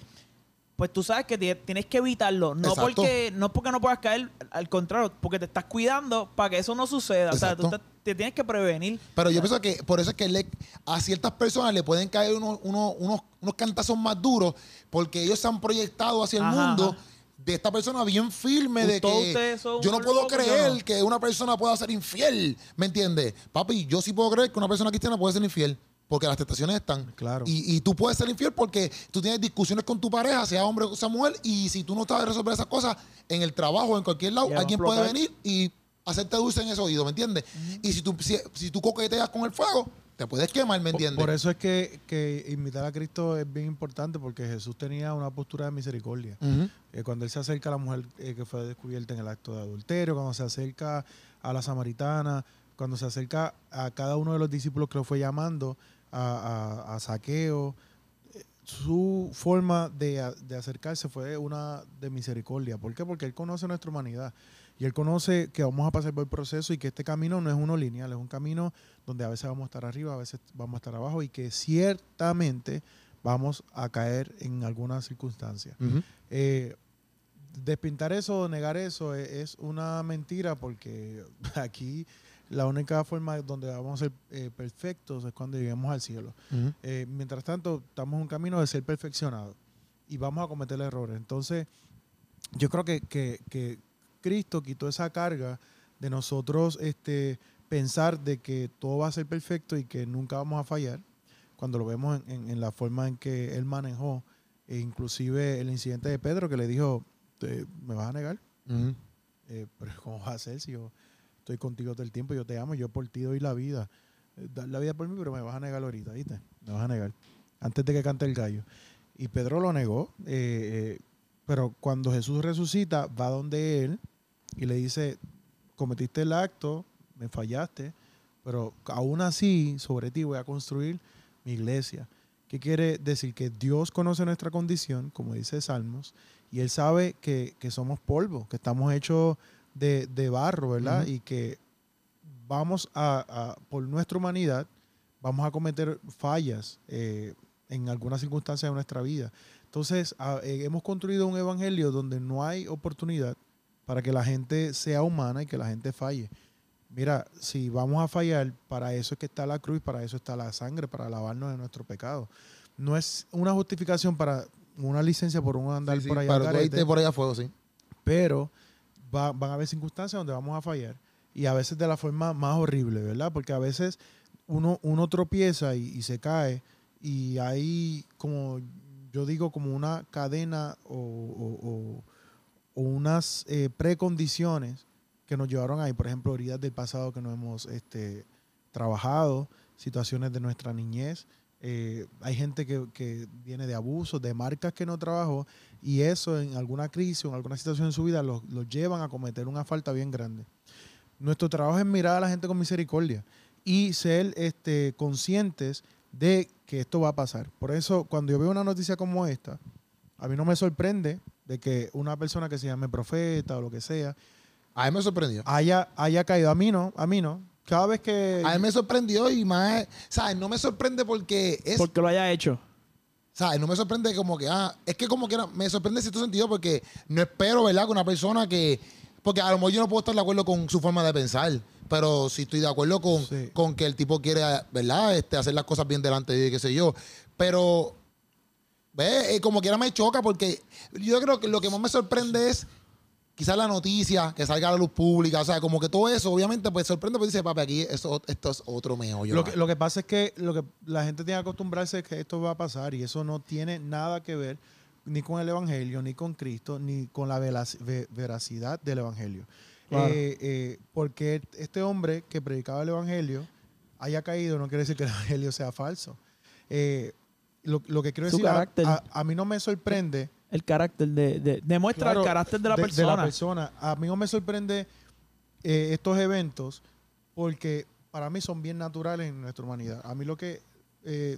Speaker 4: Pues tú sabes que tie- tienes que evitarlo. No
Speaker 2: Exacto.
Speaker 4: porque no porque no puedas caer, al contrario, porque te estás cuidando para que eso no suceda. O
Speaker 2: Exacto.
Speaker 4: sea, tú te, te tienes que prevenir.
Speaker 2: Pero yo pienso que por eso es que le- a ciertas personas le pueden caer unos, unos, unos, unos cantazos más duros porque ellos se han proyectado hacia el
Speaker 4: Ajá,
Speaker 2: mundo
Speaker 4: ajá.
Speaker 2: de esta persona bien firme de
Speaker 4: Todos
Speaker 2: que
Speaker 4: ustedes son
Speaker 2: yo no
Speaker 4: unos
Speaker 2: puedo
Speaker 4: locos,
Speaker 2: creer
Speaker 4: yo no.
Speaker 2: que una persona pueda ser infiel, ¿me entiendes? Papi, yo sí puedo creer que una persona cristiana puede ser infiel. Porque las tentaciones están.
Speaker 6: Claro.
Speaker 2: Y, y tú puedes ser infiel porque tú tienes discusiones con tu pareja, sea hombre o sea mujer, y si tú no sabes resolver esas cosas en el trabajo, en cualquier lado,
Speaker 4: Ya va a
Speaker 2: alguien puede
Speaker 4: explotar.
Speaker 2: venir y hacerte dulce en ese oído, ¿me entiendes? Y si tú, si, si tú coqueteas con el fuego, te puedes quemar, ¿me
Speaker 6: Por-
Speaker 2: entiendes?
Speaker 6: Por eso es que, que imitar a Cristo es bien importante porque Jesús tenía una postura de misericordia.
Speaker 2: Ujú.
Speaker 6: Eh, cuando él se acerca a la mujer eh, que fue descubierta en el acto de adulterio, cuando se acerca a la samaritana, cuando se acerca a cada uno de los discípulos que lo fue llamando, a, a- a saqueo, eh, su forma de, a- de acercarse fue una de misericordia. ¿Por qué? Porque él conoce nuestra humanidad y él conoce que vamos a pasar por el proceso y que este camino no es uno lineal, es un camino donde a veces vamos a estar arriba, a veces vamos a estar abajo y que ciertamente vamos a caer en alguna circunstancia.
Speaker 2: Ujú.
Speaker 6: Eh, despintar eso o negar eso e- es, una mentira porque aquí la única forma donde vamos a ser eh, perfectos es cuando lleguemos al cielo.
Speaker 2: Ujú.
Speaker 6: Eh, mientras tanto, estamos en un camino de ser perfeccionados y vamos a cometer errores. Entonces, yo creo que, que- que Cristo quitó esa carga de nosotros este, pensar de que todo va a ser perfecto y que nunca vamos a fallar, cuando lo vemos en, en- en la forma en que Él manejó, e inclusive el incidente de Pedro que le dijo, "Te- ¿me vas a negar?
Speaker 2: Ujú.
Speaker 6: Eh, pero ¿cómo vas a hacer si yo estoy contigo todo el tiempo? Yo te amo, yo por ti doy la vida. Eh, Dar la vida por mí, pero me vas a negar ahorita, ¿viste? Me vas a negar. Antes de que cante el gallo. Y Pedro lo negó, eh, eh, pero cuando Jesús resucita, va donde él y le dice, cometiste el acto, me fallaste, pero aún así sobre ti voy a construir mi iglesia. ¿Qué quiere decir? Que Dios conoce nuestra condición, como dice Salmos, y Él sabe que, que somos polvo, que estamos hechos de, de barro, ¿verdad? Y que vamos a, a- por nuestra humanidad, vamos a cometer fallas eh, en algunas circunstancias de nuestra vida. Entonces, a- eh, hemos construido un evangelio donde no hay oportunidad para que la gente sea humana y que la gente falle. Mira, si vamos a fallar, para eso es que está la cruz, para eso está la sangre, para lavarnos de nuestro pecado. No es una justificación para una licencia por un andar
Speaker 2: Sí, sí,
Speaker 6: por ahí al
Speaker 2: pero tú
Speaker 6: garete
Speaker 2: ahí te por allá fuego, sí.
Speaker 6: pero va- van a haber circunstancias donde vamos a fallar y a veces de la forma más horrible, ¿verdad? Porque a veces uno, uno tropieza y, y se cae y hay como, yo digo, como una cadena o, o- o- o unas eh, precondiciones que nos llevaron ahí. Por ejemplo, heridas del pasado que no hemos este, trabajado, situaciones de nuestra niñez. Eh, hay gente que, que viene de abusos, de marcas que no trabajó, y eso en alguna crisis o en alguna situación en su vida los, los llevan a cometer una falta bien grande. Nuestro trabajo es mirar a la gente con misericordia y ser este, conscientes de que esto va a pasar. Por eso, cuando yo veo una noticia como esta, a mí no me sorprende de que una persona que se llame profeta o lo que sea
Speaker 2: A mí me sorprendió.
Speaker 6: haya, haya caído. A mí no, a mí no. Cada vez que...
Speaker 2: A mí me sorprendió y más, ¿sabes? No me sorprende porque es,
Speaker 4: Porque lo haya hecho.
Speaker 2: ¿sabes? No me sorprende como que, ah, es que como que era- me sorprende en cierto sentido porque no espero, ¿verdad? Que una persona que, porque a lo mejor yo no puedo estar de acuerdo con su forma de pensar, pero si estoy de acuerdo con,
Speaker 6: Sí.
Speaker 2: con que el tipo quiere, ¿verdad? Este, hacer las cosas bien delante de qué sé yo. Pero, ¿ves? Eh, Como quiera me choca porque yo creo que lo que más me sorprende es quizás la noticia que salga a la luz pública, o sea, como que todo eso, obviamente, pues sorprende, pues dice, papi, aquí esto, esto es otro meollo.
Speaker 6: Lo
Speaker 2: ¿no?
Speaker 6: que, lo que pasa es que lo que la gente tiene que acostumbrarse es que esto va a pasar y eso no tiene nada que ver ni con el Evangelio, ni con Cristo, ni con la velac- ve- veracidad del Evangelio.
Speaker 4: Claro.
Speaker 6: Eh, eh, porque este hombre que predicaba el Evangelio haya caído no quiere decir que el Evangelio sea falso. Eh, lo, lo que quiero
Speaker 4: Su
Speaker 6: decir, a-
Speaker 4: carácter.
Speaker 6: a- a mí no me sorprende
Speaker 4: El carácter de, de- demuestra
Speaker 6: Claro,
Speaker 4: el carácter de la
Speaker 6: de-
Speaker 4: persona.
Speaker 6: persona. A mí no me sorprende eh, estos eventos porque para mí son bien naturales en nuestra humanidad. A mí lo que eh,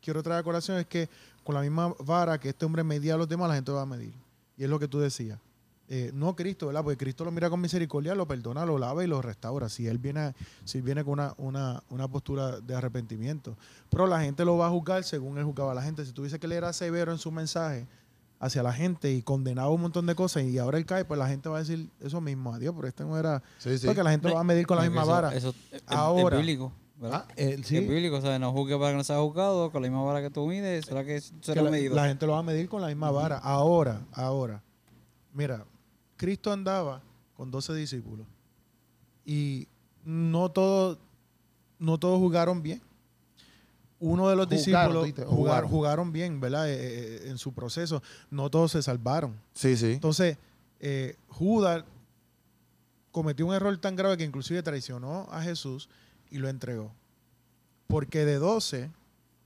Speaker 6: quiero traer a colación es que con la misma vara que este hombre medía a los demás, la gente lo va a medir. Y es lo que tú decías. Eh, no Cristo, ¿verdad? Porque Cristo lo mira con misericordia, lo perdona, lo lava y lo restaura. Si él viene, a- si viene con una, una, una postura de arrepentimiento. Pero la gente lo va a juzgar según él juzgaba a la gente. Si tú dices que él era severo en su mensaje, hacia la gente y condenaba un montón de cosas y ahora él cae, pues la gente va a decir eso mismo, adiós, pero este no era...
Speaker 2: Sí, sí.
Speaker 6: Porque la gente lo va a medir con la misma
Speaker 5: Eso-
Speaker 6: vara.
Speaker 5: Eso es-
Speaker 6: Ahora.
Speaker 5: es bíblico. ¿verdad?
Speaker 6: Ah, eh, sí.
Speaker 5: Es bíblico, o sea, no juzgue para que no sea juzgado, con la misma vara que tú mides, será que
Speaker 6: que
Speaker 5: será
Speaker 6: la,
Speaker 5: medido.
Speaker 6: la gente lo va a medir con la misma vara. Ahora, ahora. Mira, Cristo andaba con 12 discípulos y no todos no todos jugaron bien. Uno de los
Speaker 2: Jugaron,
Speaker 6: discípulos
Speaker 2: dijiste, o
Speaker 6: jugar-
Speaker 2: jugaron.
Speaker 6: jugaron bien, ¿verdad? Eh, eh, eh, en su proceso. No todos se salvaron.
Speaker 2: Sí, sí.
Speaker 6: Entonces, eh, Judas cometió un error tan grave que inclusive traicionó a Jesús y lo entregó. Porque de 12,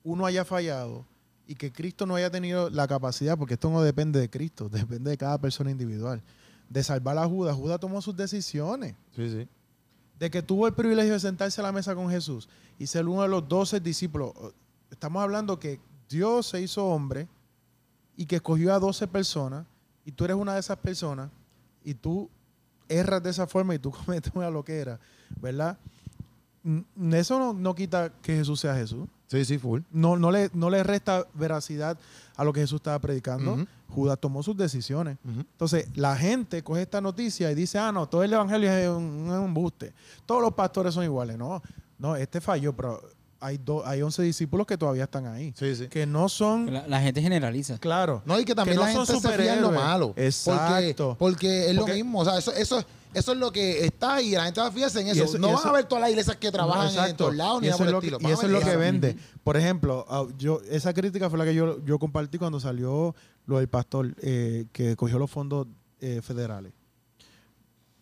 Speaker 6: uno haya fallado y que Cristo no haya tenido la capacidad, porque esto no depende de Cristo, depende de cada persona individual, de salvar a Judas. Judas tomó sus decisiones.
Speaker 2: Sí, sí.
Speaker 6: De que tuvo el privilegio de sentarse a la mesa con Jesús y ser uno de los doce discípulos. Estamos hablando que Dios se hizo hombre y que escogió a 12 personas y tú eres una de esas personas y tú erras de esa forma y tú cometes una loquera, ¿verdad? Mm, Eso no, no quita que Jesús sea Jesús.
Speaker 2: Sí, sí, full.
Speaker 6: No, no, le, no le resta veracidad a lo que Jesús estaba predicando.
Speaker 2: Ujú.
Speaker 6: Judas tomó sus decisiones.
Speaker 2: Ujú.
Speaker 6: Entonces, la gente coge esta noticia y dice, ah, no, todo el evangelio es un, un embuste. Todos los pastores son iguales. No, no, este falló, pero hay, do- hay 11 discípulos que todavía están ahí.
Speaker 2: Sí, sí.
Speaker 6: Que no son,
Speaker 5: La, la gente generaliza.
Speaker 6: claro.
Speaker 2: No, y que también
Speaker 6: Que no
Speaker 2: la
Speaker 6: son
Speaker 2: gente se fía en lo
Speaker 6: superhéroes.
Speaker 2: malo.
Speaker 6: Exacto.
Speaker 2: Porque, porque es
Speaker 6: Porque-
Speaker 2: lo mismo. O sea, eso, eso, eso es lo que está y la gente va a fijarse en eso.
Speaker 6: Y eso-
Speaker 2: no
Speaker 6: y
Speaker 2: van
Speaker 6: eso-
Speaker 2: a ver todas las iglesias que trabajan
Speaker 6: Exacto.
Speaker 2: en todos lados
Speaker 6: Y
Speaker 2: ni nada
Speaker 6: eso
Speaker 2: por
Speaker 6: es
Speaker 2: el
Speaker 6: lo que,
Speaker 2: estilo.
Speaker 6: y
Speaker 2: Van a
Speaker 6: eso es
Speaker 2: ver
Speaker 6: lo que
Speaker 2: eso.
Speaker 6: vende. Por ejemplo, ah, yo esa crítica fue la que yo, yo compartí cuando salió lo del pastor eh, que cogió los fondos eh, federales.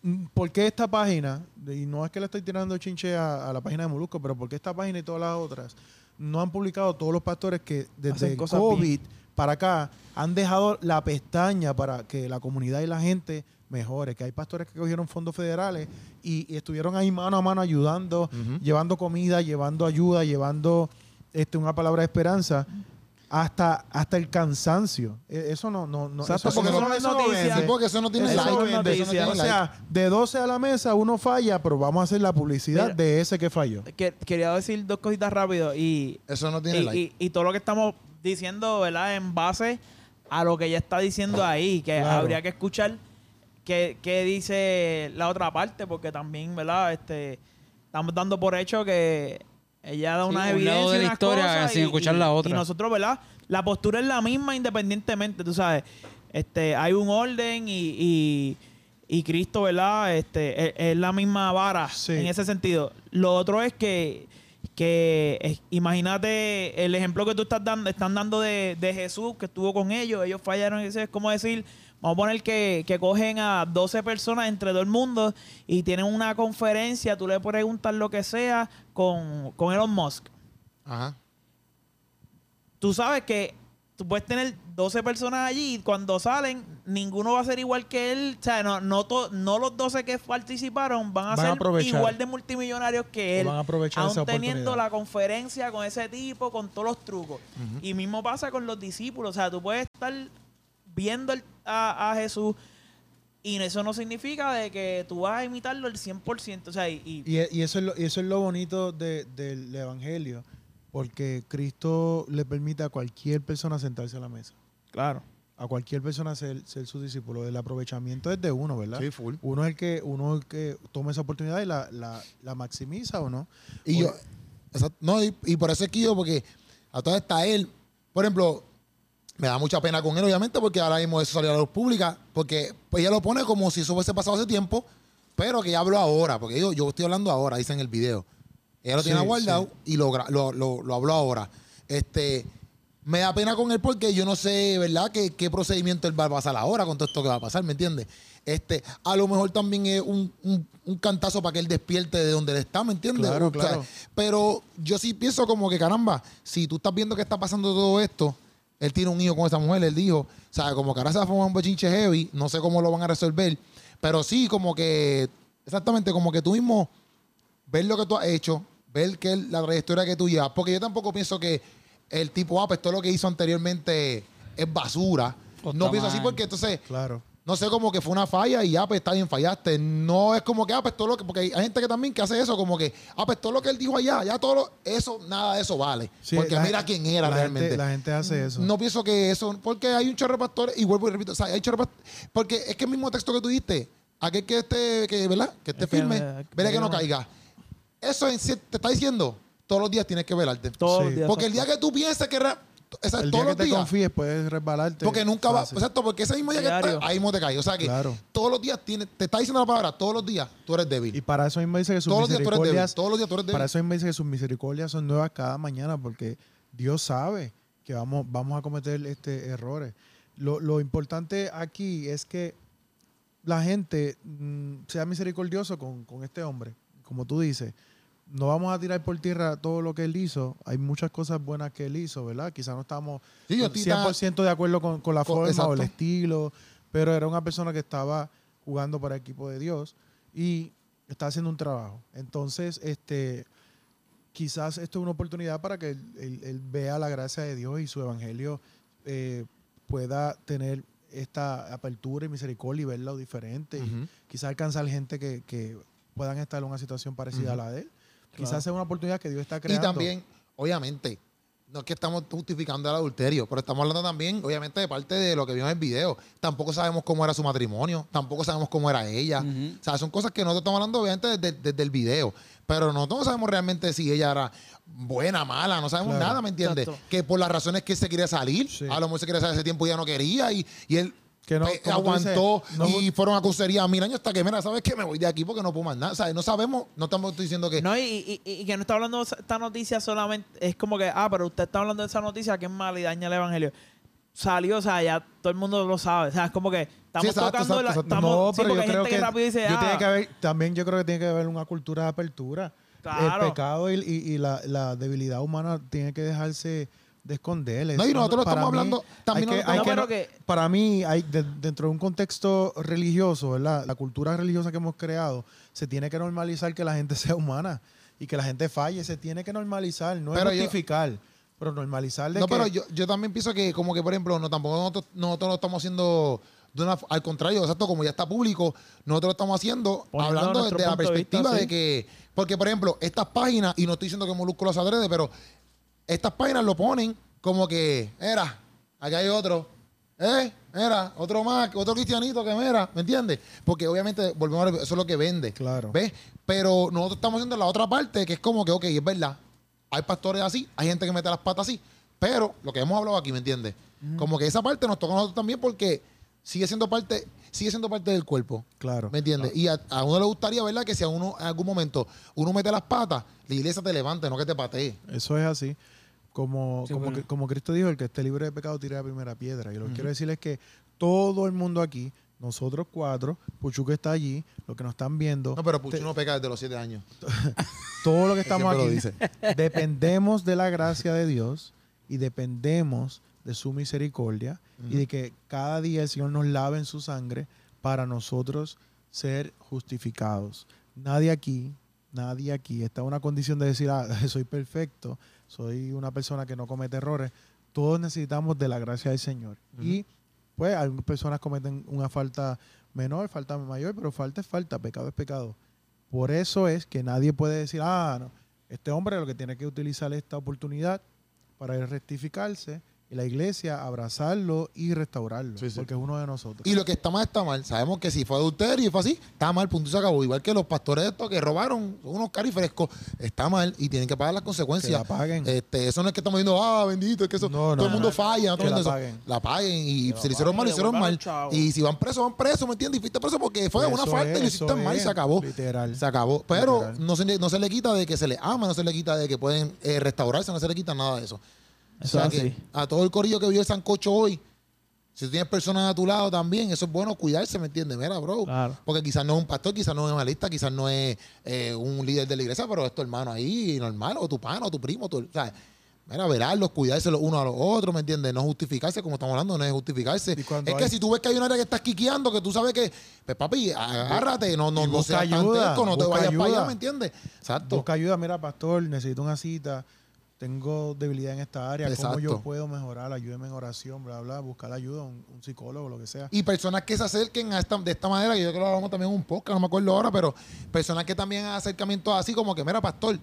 Speaker 6: Mm, ¿Por qué esta página, y no es que le estoy tirando chinche a, a la página de Molusco, pero por qué esta página y todas las otras no han publicado todos los pastores que
Speaker 4: Hacen
Speaker 6: desde el
Speaker 4: cosas
Speaker 6: COVID
Speaker 4: bien.
Speaker 6: para acá han dejado la pestaña para que la comunidad y la gente mejore? Que hay pastores que cogieron fondos federales y, y estuvieron ahí mano a mano ayudando, llevando comida, llevando ayuda, llevando este, una palabra de esperanza. Hasta, hasta el cansancio. E- Eso no, no, no.
Speaker 4: Exacto,
Speaker 6: eso-
Speaker 4: porque
Speaker 6: eso
Speaker 4: eso no es noticia.
Speaker 2: Sí,
Speaker 6: vende.
Speaker 2: porque eso no tiene
Speaker 6: Eso
Speaker 2: like.
Speaker 6: no
Speaker 2: eso no
Speaker 4: vende,
Speaker 2: tiene
Speaker 4: eso
Speaker 6: O
Speaker 4: no
Speaker 2: like.
Speaker 6: sea, de 12 a la mesa uno falla, pero vamos a hacer la publicidad
Speaker 4: Mira.
Speaker 6: de ese que falló.
Speaker 4: Que- quería decir dos cositas rápido y,
Speaker 2: Eso no
Speaker 4: y,
Speaker 2: tiene like.
Speaker 4: y- y todo lo que estamos diciendo, ¿verdad? En base a lo que ella está diciendo ahí, que
Speaker 6: Claro.
Speaker 4: habría que escuchar qué, qué dice la otra parte, porque también, ¿verdad? Este, estamos dando por hecho que ella da
Speaker 5: Sí,
Speaker 4: una
Speaker 5: un
Speaker 4: evidencia
Speaker 5: lado de la
Speaker 4: unas
Speaker 5: historia
Speaker 4: cosas
Speaker 5: sin
Speaker 4: y-
Speaker 5: escuchar
Speaker 4: y-
Speaker 5: la otra.
Speaker 4: Y nosotros, ¿verdad? La postura es la misma independientemente, tú sabes. Este, hay un orden y, y, y Cristo, ¿verdad? Este, es, es la misma vara
Speaker 6: Sí.
Speaker 4: en ese sentido. Lo otro es que, que es- imagínate el ejemplo que tú estás dando, están dando de, de Jesús que estuvo con ellos, ellos fallaron, eso es como decir, Vamos a poner que, que cogen a 12 personas entre todo el mundo y tienen una conferencia, tú le preguntas lo que sea con, con Elon Musk.
Speaker 2: Ajá.
Speaker 4: Tú sabes que tú puedes tener 12 personas allí y cuando salen, ninguno va a ser igual que él. O sea, no, no, to- no los 12 que participaron van a
Speaker 6: Van a
Speaker 4: ser
Speaker 6: aprovechar.
Speaker 4: igual de multimillonarios que él.
Speaker 6: Van a aprovechar
Speaker 4: aún
Speaker 6: esa
Speaker 4: teniendo
Speaker 6: oportunidad.
Speaker 4: la conferencia con ese tipo, con todos los trucos. Y mismo pasa con los discípulos. O sea, tú puedes estar viendo el- a, a Jesús y eso no significa de que tú vas a imitarlo el 100%. O sea, y, y-
Speaker 6: Y, e- y eso es lo, y eso es lo bonito de- del Evangelio, porque Cristo le permite a cualquier persona sentarse a la mesa,
Speaker 4: claro.
Speaker 6: a cualquier persona ser, ser su discípulo. El aprovechamiento es de uno, ¿verdad?
Speaker 2: Sí, full.
Speaker 6: Uno es el que, uno es el que toma esa oportunidad y la, la- la maximiza o no.
Speaker 2: Y yo, exacto, no, y, y por eso es que yo, porque a todas está él, por ejemplo, me da mucha pena con él, obviamente, porque ahora mismo eso salió a la luz pública, porque pues, ella lo pone como si eso hubiese pasado hace tiempo, pero que ya habló ahora, porque yo, yo estoy hablando ahora, dice en el video. Ella lo
Speaker 6: Sí,
Speaker 2: tiene guardado y lo, gra- lo, lo- lo habló ahora. Este, me da pena con él porque yo no sé, ¿verdad?, qué, qué procedimiento él va a pasar ahora con todo esto que va a pasar, ¿me entiendes? Este, a lo mejor también es un, un- un cantazo para que él despierte de donde él está, ¿me entiendes?
Speaker 6: Claro,
Speaker 2: O sea,
Speaker 6: claro.
Speaker 2: pero yo sí pienso como que, caramba, si tú estás viendo que está pasando todo esto, él tiene un hijo con esa mujer, él dijo, o sea, como que ahora se va a formar un bochinche heavy, no sé cómo lo van a resolver, pero sí, como que, exactamente, como que tú mismo ver lo que tú has hecho, ver que la trayectoria que tú llevas, porque yo tampoco pienso que el tipo, ah, pues todo lo que hizo anteriormente es basura.
Speaker 5: O
Speaker 6: Pues
Speaker 2: no
Speaker 5: está
Speaker 2: pienso así
Speaker 5: mal.
Speaker 2: porque entonces
Speaker 6: Claro.
Speaker 2: no sé, como que fue una falla y ya, pues está bien, fallaste. No es como que, ah, pues todo lo que. Porque hay hay gente que también que hace eso, como que, ah, pues todo lo que él dijo allá, ya todo lo- Eso, nada de eso vale.
Speaker 6: Sí,
Speaker 2: porque
Speaker 6: la-
Speaker 2: mira quién era
Speaker 6: la gente-
Speaker 2: realmente.
Speaker 6: la gente hace eso.
Speaker 2: No pienso que eso. Porque hay un chorro de pastores, y vuelvo y repito, o sea, hay chorro de past- Porque es que el mismo texto que tú diste, aquel que esté, que, ¿verdad? Que esté
Speaker 4: Es que,
Speaker 2: firme,
Speaker 4: eh,
Speaker 2: verá que no
Speaker 4: no-
Speaker 2: caiga. Eso en cier- te está diciendo, todos los días tienes que velarte.
Speaker 4: Todos
Speaker 6: Sí.
Speaker 4: los días.
Speaker 2: Porque el día que tú pienses que. re- o sea, todos
Speaker 6: El día que
Speaker 2: los
Speaker 6: te
Speaker 2: días.
Speaker 6: confíes puedes resbalarte.
Speaker 2: Porque nunca va.
Speaker 6: fácil.
Speaker 2: Exacto, porque ese mismo día que
Speaker 4: Diario.
Speaker 2: estás, ahí mismo te caes. O sea que
Speaker 6: Claro.
Speaker 2: todos los días tienes, te está diciendo la palabra, todos los días tú eres débil.
Speaker 6: Y para eso mismo dice que sus
Speaker 2: todos los días tú eres débil.
Speaker 6: misericordias
Speaker 2: Todos los días tú eres débil.
Speaker 6: Para eso me dice que sus misericordias son nuevas cada mañana, porque Dios sabe que vamos, vamos a cometer este, errores. Lo, lo importante aquí es que la gente mm, sea misericordioso con, con este hombre, como tú dices. No vamos a tirar por tierra todo lo que él hizo. Hay muchas cosas buenas que él hizo, ¿verdad? Quizás no estamos
Speaker 2: Sí, yo estoy tan-
Speaker 6: 100% de acuerdo con, con la
Speaker 2: Con-
Speaker 6: forma o el
Speaker 2: exacto.
Speaker 6: estilo, pero era una persona que estaba jugando para el equipo de Dios y está haciendo un trabajo. Entonces, este, quizás esto es una oportunidad para que él, él- él vea la gracia de Dios y su evangelio eh, pueda tener esta apertura y misericordia y verlo diferente. y
Speaker 2: Ujú.
Speaker 6: quizás alcanzar gente que, que puedan estar en una situación parecida a la de él. Quizás sea una oportunidad que Dios está
Speaker 2: Y
Speaker 6: creando.
Speaker 2: también, obviamente, no es que estamos justificando el adulterio, pero estamos hablando también, obviamente, de parte de lo que vimos en el video. Tampoco sabemos cómo era su matrimonio, tampoco sabemos cómo era ella.
Speaker 5: Ujú.
Speaker 2: O sea, son cosas que nosotros estamos hablando, obviamente, desde, desde el video. Pero nosotros no sabemos realmente si ella era buena, mala, no sabemos
Speaker 6: Claro.
Speaker 2: nada, ¿me entiendes?
Speaker 4: Exacto.
Speaker 2: Que por las razones que se quería salir,
Speaker 6: Sí.
Speaker 2: a lo mejor se quería salir hace tiempo y ya no quería, y, y él
Speaker 6: Que no-
Speaker 2: eh,
Speaker 6: como tú dices,
Speaker 2: aguantó
Speaker 6: no
Speaker 2: y fueron a crucería mil años hasta que, mira, ¿sabes qué? Me voy de aquí porque no puedo más nada. O sea, no sabemos, no estamos diciendo
Speaker 6: Eh,
Speaker 2: que...
Speaker 4: No, y, y- y- y que no está hablando de esta noticia solamente. Es como que, ah, pero usted está hablando de esa noticia que es mala y daña el evangelio. Salió, o sea, ya todo el mundo lo sabe. O sea, es como que estamos
Speaker 2: Sí, exacto,
Speaker 4: tocando.
Speaker 2: exacto,
Speaker 4: la-
Speaker 2: exacto.
Speaker 4: estamos, sí, porque hay gente que, rápido dice,
Speaker 6: yo tiene
Speaker 4: ah,
Speaker 6: que haber- también yo creo que tiene que haber una cultura de apertura.
Speaker 4: Claro.
Speaker 6: El pecado y, y- y la, la debilidad humana tiene que dejarse de esconder.
Speaker 2: No, y
Speaker 6: Eso
Speaker 2: nosotros
Speaker 6: para
Speaker 2: estamos
Speaker 6: mí
Speaker 2: hablando- también
Speaker 6: hay que-
Speaker 2: nosotros
Speaker 6: hay
Speaker 4: No,
Speaker 6: que
Speaker 4: pero
Speaker 6: no-
Speaker 4: que-
Speaker 6: Para mí, hay, de- dentro de un contexto religioso, ¿verdad? La cultura religiosa que hemos creado, se tiene que normalizar que la gente sea humana y que la gente falle. Se tiene que normalizar, no
Speaker 2: Pero
Speaker 6: es
Speaker 2: yo-
Speaker 6: justificar, pero normalizar de
Speaker 2: No,
Speaker 6: que-
Speaker 2: pero yo, yo también pienso que, como que, por ejemplo, no, tampoco nosotros, nosotros lo estamos haciendo de una, al contrario, exacto, como ya está público, nosotros lo estamos haciendo
Speaker 4: Poniendo
Speaker 2: hablando
Speaker 4: nuestro
Speaker 2: desde la
Speaker 4: punto de
Speaker 2: perspectiva
Speaker 4: vista,
Speaker 2: de
Speaker 4: sí.
Speaker 2: que, porque, por ejemplo, estas páginas, y no estoy diciendo que Molusco los adrede, pero estas páginas lo ponen como que, era, acá hay otro, eh, era, otro más, otro cristianito que mera, ¿me entiendes? Porque obviamente, volvemos a ver, eso es lo que vende.
Speaker 6: Claro.
Speaker 2: ¿Ves? Pero nosotros estamos haciendo la otra parte, que es como que, ok, es verdad, hay pastores así, hay gente que mete las patas así, pero lo que hemos hablado aquí, ¿me entiendes? Como que esa parte nos toca a nosotros también porque sigue siendo parte, sigue siendo parte del cuerpo.
Speaker 6: Claro.
Speaker 2: ¿Me entiendes? Y a, a uno le gustaría, ¿verdad? Que si a uno en algún momento uno mete las patas, la iglesia te levante, no que te patee.
Speaker 6: Eso es así. Como,
Speaker 5: Sí,
Speaker 6: como,
Speaker 5: bueno.
Speaker 6: que- como Cristo dijo, el que esté libre de pecado tire la primera piedra. Y lo que quiero decir es que todo el mundo aquí, nosotros cuatro, Puchu que está allí, los que nos están viendo,
Speaker 2: No, pero Puchu
Speaker 6: Te-
Speaker 2: no peca desde los siete años.
Speaker 6: todo lo que estamos
Speaker 2: siempre
Speaker 6: aquí,
Speaker 2: lo
Speaker 6: dependemos de la gracia de Dios y dependemos de su misericordia y de que cada día el Señor nos lave en su sangre para nosotros ser justificados. Nadie aquí, nadie aquí está en una condición de decir, ah, soy perfecto, soy una persona que no comete errores. Todos necesitamos de la gracia del Señor. Y pues algunas personas cometen una falta menor, falta mayor, pero falta es falta, pecado es pecado. Por eso es que nadie puede decir, ah, no, este hombre lo que tiene que utilizar esta oportunidad para él rectificarse y la iglesia abrazarlo y restaurarlo,
Speaker 2: Sí, sí.
Speaker 6: porque es uno de nosotros.
Speaker 2: Y lo que está mal está mal. Sabemos que si fue adulterio y fue así, está mal, punto y se acabó. Igual que los pastores estos que robaron, son unos carifrescos, está mal y tienen que pagar las
Speaker 6: que la
Speaker 2: consecuencias.
Speaker 6: paguen.
Speaker 2: Este, eso no es que estamos diciendo, ah, bendito, es que eso,
Speaker 6: No, no,
Speaker 2: todo el mundo
Speaker 6: no.
Speaker 2: falla, no
Speaker 6: Que
Speaker 2: todo el mundo eso.
Speaker 6: la paguen.
Speaker 2: La paguen y
Speaker 6: la
Speaker 2: si lo hicieron mal, lo
Speaker 4: paguen.
Speaker 2: hicieron mal.
Speaker 4: Devuelvan los
Speaker 2: Y si van presos, van presos, ¿me entiendes? Y fuiste preso porque fue una
Speaker 6: Eso
Speaker 2: falta y lo
Speaker 6: es,
Speaker 2: hiciste
Speaker 6: eso
Speaker 2: mal y
Speaker 6: es,
Speaker 2: se acabó.
Speaker 6: Literal.
Speaker 2: Se acabó. Pero
Speaker 6: Literal.
Speaker 2: no se, le- no se le quita de que se le ama, no se le quita de que pueden eh, restaurarse, no se le quita nada de eso. O
Speaker 4: Eso
Speaker 2: sea
Speaker 4: es
Speaker 2: que
Speaker 4: así.
Speaker 2: a todo el corillo que vio el sancocho hoy, si tú tienes personas a tu lado también, eso es bueno cuidarse, ¿me entiendes? Mira, bro.
Speaker 4: Claro.
Speaker 2: Porque quizás no es un pastor, quizás no es un analista, quizás no es eh, un líder de la iglesia, pero es tu hermano ahí, normal, o tu pana, o tu primo, tu, ¿sabes? Mira, verarlos, cuidarse los unos a los otros, ¿me entiendes? No justificarse, como estamos hablando, no es justificarse.
Speaker 6: Y
Speaker 2: Es
Speaker 6: cuando
Speaker 2: que
Speaker 6: hay-
Speaker 2: si tú ves que hay un área que estás quiqueando, que tú sabes que, pues papi, agárrate, no, no,
Speaker 6: Y
Speaker 2: no
Speaker 6: busca
Speaker 2: seas tan
Speaker 6: ayuda,
Speaker 2: terco, no te
Speaker 6: busca
Speaker 2: vayas para
Speaker 6: ayuda.
Speaker 2: allá, ¿me entiendes? Exacto.
Speaker 6: Busca ayuda, mira, pastor, necesito una cita, tengo debilidad en esta área,
Speaker 2: Exacto.
Speaker 6: ¿cómo yo puedo mejorar? Ayúdeme en oración, bla, bla, buscar ayuda, un, un psicólogo, lo que sea.
Speaker 2: Y personas que se acerquen a esta, de esta manera, que yo creo que lo hablamos también en un podcast, no me acuerdo ahora, pero personas que también hacen acercamientos así como que, mira, pastor,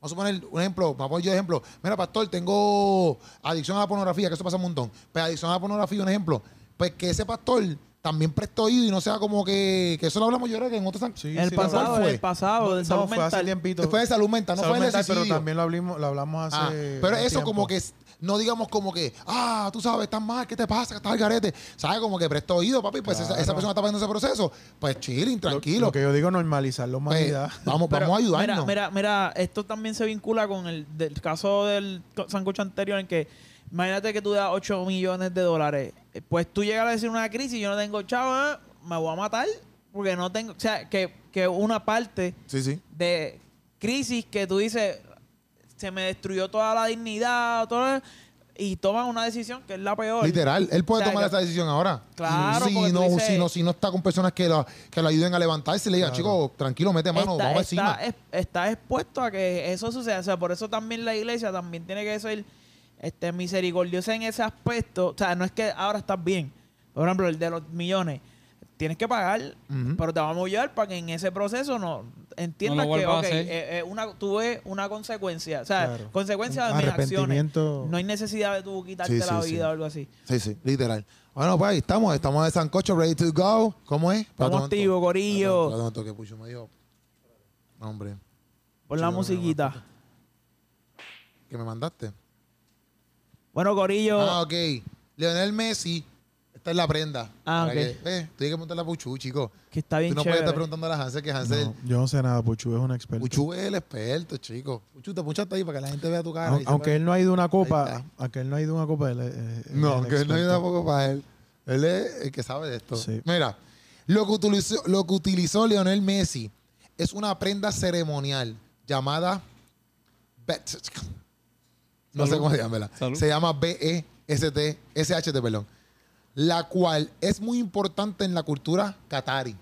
Speaker 2: vamos a poner un ejemplo, me acuerdo yo de ejemplo, mira, pastor, tengo adicción a la pornografía, que eso pasa un montón, pero adicción a la pornografía, un ejemplo, pues que ese pastor también preste oído y no sea como que, que eso lo hablamos yo creo que en otros...
Speaker 6: Sí,
Speaker 4: El
Speaker 6: sí, lo hablamos.
Speaker 4: pasado,
Speaker 2: fue?
Speaker 4: el pasado, de
Speaker 6: No,
Speaker 4: salud
Speaker 6: fue hace
Speaker 4: mental.
Speaker 6: tiempito.
Speaker 2: Después de salud mental, no
Speaker 6: Salud
Speaker 2: fue en el
Speaker 6: mental, pero
Speaker 2: suicidio.
Speaker 6: también lo hablamos, lo hablamos hace.
Speaker 2: Ah, pero
Speaker 6: un
Speaker 2: eso
Speaker 6: tiempo.
Speaker 2: como que es- no digamos como que, ah, tú sabes, estás mal, ¿qué te pasa? Estás al garete. ¿Sabes? Como que presta oído, papi, pues esa,
Speaker 6: Claro.
Speaker 2: esa persona está pasando ese proceso. Pues chilling,
Speaker 6: Lo-
Speaker 2: tranquilo.
Speaker 6: Lo, que yo digo, normalizar la
Speaker 2: Pues,
Speaker 6: humanidad.
Speaker 2: vamos,
Speaker 4: Pero
Speaker 2: vamos a ayudarnos.
Speaker 4: Mira, mira, mira, esto también se vincula con el del caso del co- sancocho anterior en que imagínate que tú das 8 millones de dólares. Eh, Pues tú llegas a decir una crisis, yo no tengo chava, me voy a matar porque no tengo... O sea, que, que una parte
Speaker 2: Sí, sí.
Speaker 4: de crisis que tú dices, se me destruyó toda la dignidad, todo, y toman una decisión que es la peor.
Speaker 2: Literal, él puede
Speaker 4: O sea,
Speaker 2: tomar
Speaker 4: que-
Speaker 2: esa decisión ahora.
Speaker 4: Claro,
Speaker 2: Si
Speaker 4: porque tú
Speaker 2: no,
Speaker 4: dices-
Speaker 2: si no, si no está con personas que lo, que lo ayuden a levantarse, le digan, chico, tranquilo, mete mano,
Speaker 4: está,
Speaker 2: vamos
Speaker 4: está
Speaker 2: encima.
Speaker 4: es- está expuesto a que eso suceda. O sea, por eso también la iglesia también tiene que ser este, misericordiosa en ese aspecto. O sea, no es que ahora estás bien. Por ejemplo, el de los millones. Tienes que pagar,
Speaker 2: Ujú.
Speaker 4: pero te vamos a ayudar para que en ese proceso no entiendas que
Speaker 5: vuelvas a
Speaker 4: ok,
Speaker 5: hacer.
Speaker 4: eh, eh, una, tuve una consecuencia. O sea,
Speaker 6: Claro.
Speaker 4: consecuencia de
Speaker 6: Un
Speaker 4: mis acciones.
Speaker 6: arrepentimiento.
Speaker 4: No hay necesidad de tú quitarte
Speaker 2: Sí, sí,
Speaker 4: la
Speaker 2: sí.
Speaker 4: vida o algo así.
Speaker 2: Sí, sí, literal. Bueno, pues ahí estamos, estamos de Sancocho, ready to go. ¿Cómo es? Espérate un
Speaker 4: Estamos
Speaker 2: momento.
Speaker 4: activos,
Speaker 2: Espérate un
Speaker 4: gorillo.
Speaker 2: momento que Pucho me dio- No, Hombre,
Speaker 4: Por la
Speaker 2: Yo,
Speaker 4: musiquita.
Speaker 2: que me mandaste.
Speaker 4: Bueno, gorillo.
Speaker 2: Ah, ok. Leonel Messi, esta es la prenda.
Speaker 4: Ah,
Speaker 2: Para
Speaker 4: ok.
Speaker 2: que- eh, tú tienes que montar a Puchu, chico.
Speaker 4: que está
Speaker 2: Tú
Speaker 4: bien
Speaker 2: no puedes
Speaker 4: chévere.
Speaker 2: estar preguntando a la Hansel que Hansel.
Speaker 6: No, yo no sé nada, Puchu es un experto.
Speaker 2: Puchu es el experto, chico. Puchu, te punchaste ahí para que la gente vea tu cara.
Speaker 6: Aun-
Speaker 2: y sepa-
Speaker 6: Aunque él no ha ido a una
Speaker 2: pues, Ahí
Speaker 6: copa,
Speaker 2: está.
Speaker 6: aunque él no ha ido a una copa, él es- es- es
Speaker 2: No,
Speaker 6: el
Speaker 2: que no hay
Speaker 6: experto.
Speaker 2: tampoco para él. Él es el que sabe de esto.
Speaker 6: Sí.
Speaker 2: Mira, lo que, utilizó, lo que utilizó Lionel Messi es una prenda ceremonial llamada Bet. No sé cómo se llama, ¿verdad?
Speaker 5: Salud.
Speaker 2: Se llama E B-E-S-T, S-H-T, perdón. La cual es muy importante en la cultura qatari.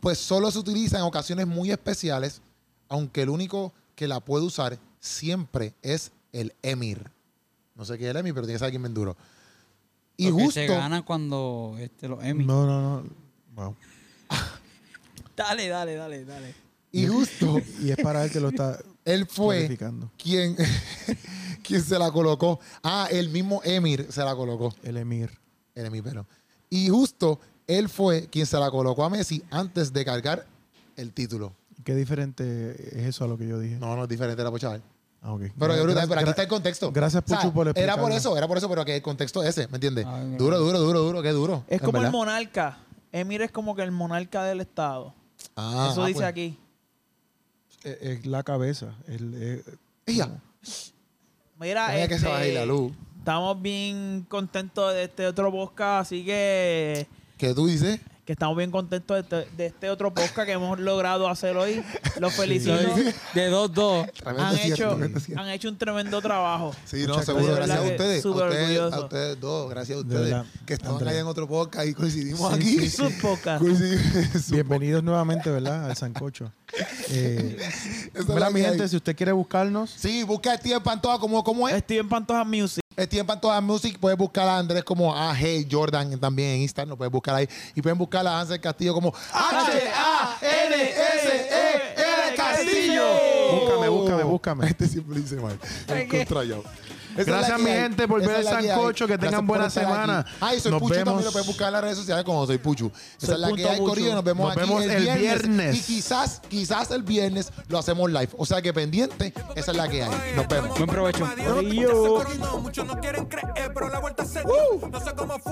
Speaker 2: Pues solo se utiliza en ocasiones muy especiales, aunque el único que la puede usar siempre es el emir. No sé qué es el Emmy, pero tiene que saber quién me enduro. Y
Speaker 5: Lo que
Speaker 2: justo.
Speaker 5: se gana cuando este, los Emmy.
Speaker 6: No, no, no. Wow.
Speaker 5: Dale, dale, dale, dale.
Speaker 2: Y justo.
Speaker 6: Y es para él que lo está
Speaker 2: Él fue
Speaker 6: planificando.
Speaker 2: quien, quien se la colocó. Ah, el mismo Emir se la colocó.
Speaker 6: El Emir.
Speaker 2: El Emir, pero. Y justo él fue quien se la colocó a Messi antes de cargar el título.
Speaker 6: Qué diferente es eso a lo que yo dije.
Speaker 2: No, no es diferente, era por chaval.
Speaker 6: Ah, ok.
Speaker 2: Pero, qué brutal,
Speaker 6: Gracias-
Speaker 2: pero aquí
Speaker 6: gra-
Speaker 2: está el contexto.
Speaker 6: gracias, Puchu, por Ah,
Speaker 2: Era por
Speaker 6: explicarlo.
Speaker 2: eso, era por eso, pero que el contexto ese, ¿me entiendes?
Speaker 5: Ay, mi
Speaker 2: Duro, duro, duro, duro, qué duro.
Speaker 4: Es
Speaker 2: en
Speaker 4: como el
Speaker 2: verdad.
Speaker 4: monarca. Emir es como que el monarca del Estado.
Speaker 2: Ah,
Speaker 4: Eso
Speaker 2: ah,
Speaker 4: dice
Speaker 2: pues.
Speaker 4: aquí.
Speaker 6: eh, Es, es la cabeza. el- eh, es-
Speaker 2: Ella,
Speaker 4: Mira,
Speaker 2: mira que se
Speaker 6: Ah,
Speaker 4: este,
Speaker 2: baje la luz.
Speaker 4: estamos bien contentos de este otro podcast, así que,
Speaker 2: ¿Qué tú dices?
Speaker 4: que estamos bien contentos de este, de este otro podcast que hemos logrado hacer hoy. Los felicito.
Speaker 5: De 2-2.
Speaker 2: Tremendo
Speaker 4: Han
Speaker 2: cierre,
Speaker 4: hecho,
Speaker 2: tremendo cierre.
Speaker 4: han hecho un tremendo trabajo.
Speaker 2: Sí, no,
Speaker 6: Muchas
Speaker 2: seguro.
Speaker 4: gracias.
Speaker 2: Gracias a
Speaker 4: De verdad que
Speaker 2: ustedes. A
Speaker 4: súper
Speaker 2: ustedes,
Speaker 4: orgulloso.
Speaker 2: a ustedes dos. Gracias a
Speaker 6: De
Speaker 2: ustedes
Speaker 6: verdad,
Speaker 2: que estaban
Speaker 6: Andrea.
Speaker 2: allá en otro podcast y coincidimos
Speaker 6: Sí,
Speaker 2: aquí.
Speaker 6: sí,
Speaker 4: Sus podcasts.
Speaker 2: Coincidimos.
Speaker 6: Bienvenidos nuevamente, ¿verdad? Al Sancocho. Eh,
Speaker 2: Esa es
Speaker 6: ¿verdad,
Speaker 2: la
Speaker 6: mi
Speaker 2: que hay.
Speaker 6: gente? Si usted quiere buscarnos,
Speaker 2: Sí, busca Steve en Pantoja como ¿cómo es.
Speaker 4: Estoy en Pantoja Music.
Speaker 2: Steve en Pantoja Music. Puedes buscar a Andrés como AG Jordan también en Instagram. Lo puedes buscar ahí. Y pueden buscar a Hansel Castillo como
Speaker 4: E
Speaker 2: H-A-N-S-E-L E Castillo.
Speaker 6: búscame, búscame, búscame.
Speaker 2: Este siempre dice mal. Encontrallado.
Speaker 6: Gracias, mi gente, por ver el sancocho, que tengan buena semana.
Speaker 2: Ah, y soy
Speaker 6: Nos
Speaker 2: Puchu también,
Speaker 6: vemos.
Speaker 2: lo pueden buscar en las redes sociales como soy Puchu. Esa
Speaker 4: Soy
Speaker 2: es la que
Speaker 4: punto
Speaker 2: hay,
Speaker 4: Puchu.
Speaker 2: Corillo. Nos vemos
Speaker 6: Nos
Speaker 2: aquí
Speaker 6: vemos el viernes.
Speaker 2: Y quizás, quizás el viernes lo hacemos live. O sea que pendiente, esa es la que hay. Nos vemos.
Speaker 5: Buen provecho.
Speaker 4: Corillo.
Speaker 7: Muchos no quieren creer, pero la vuelta se dio. No sé cómo fue.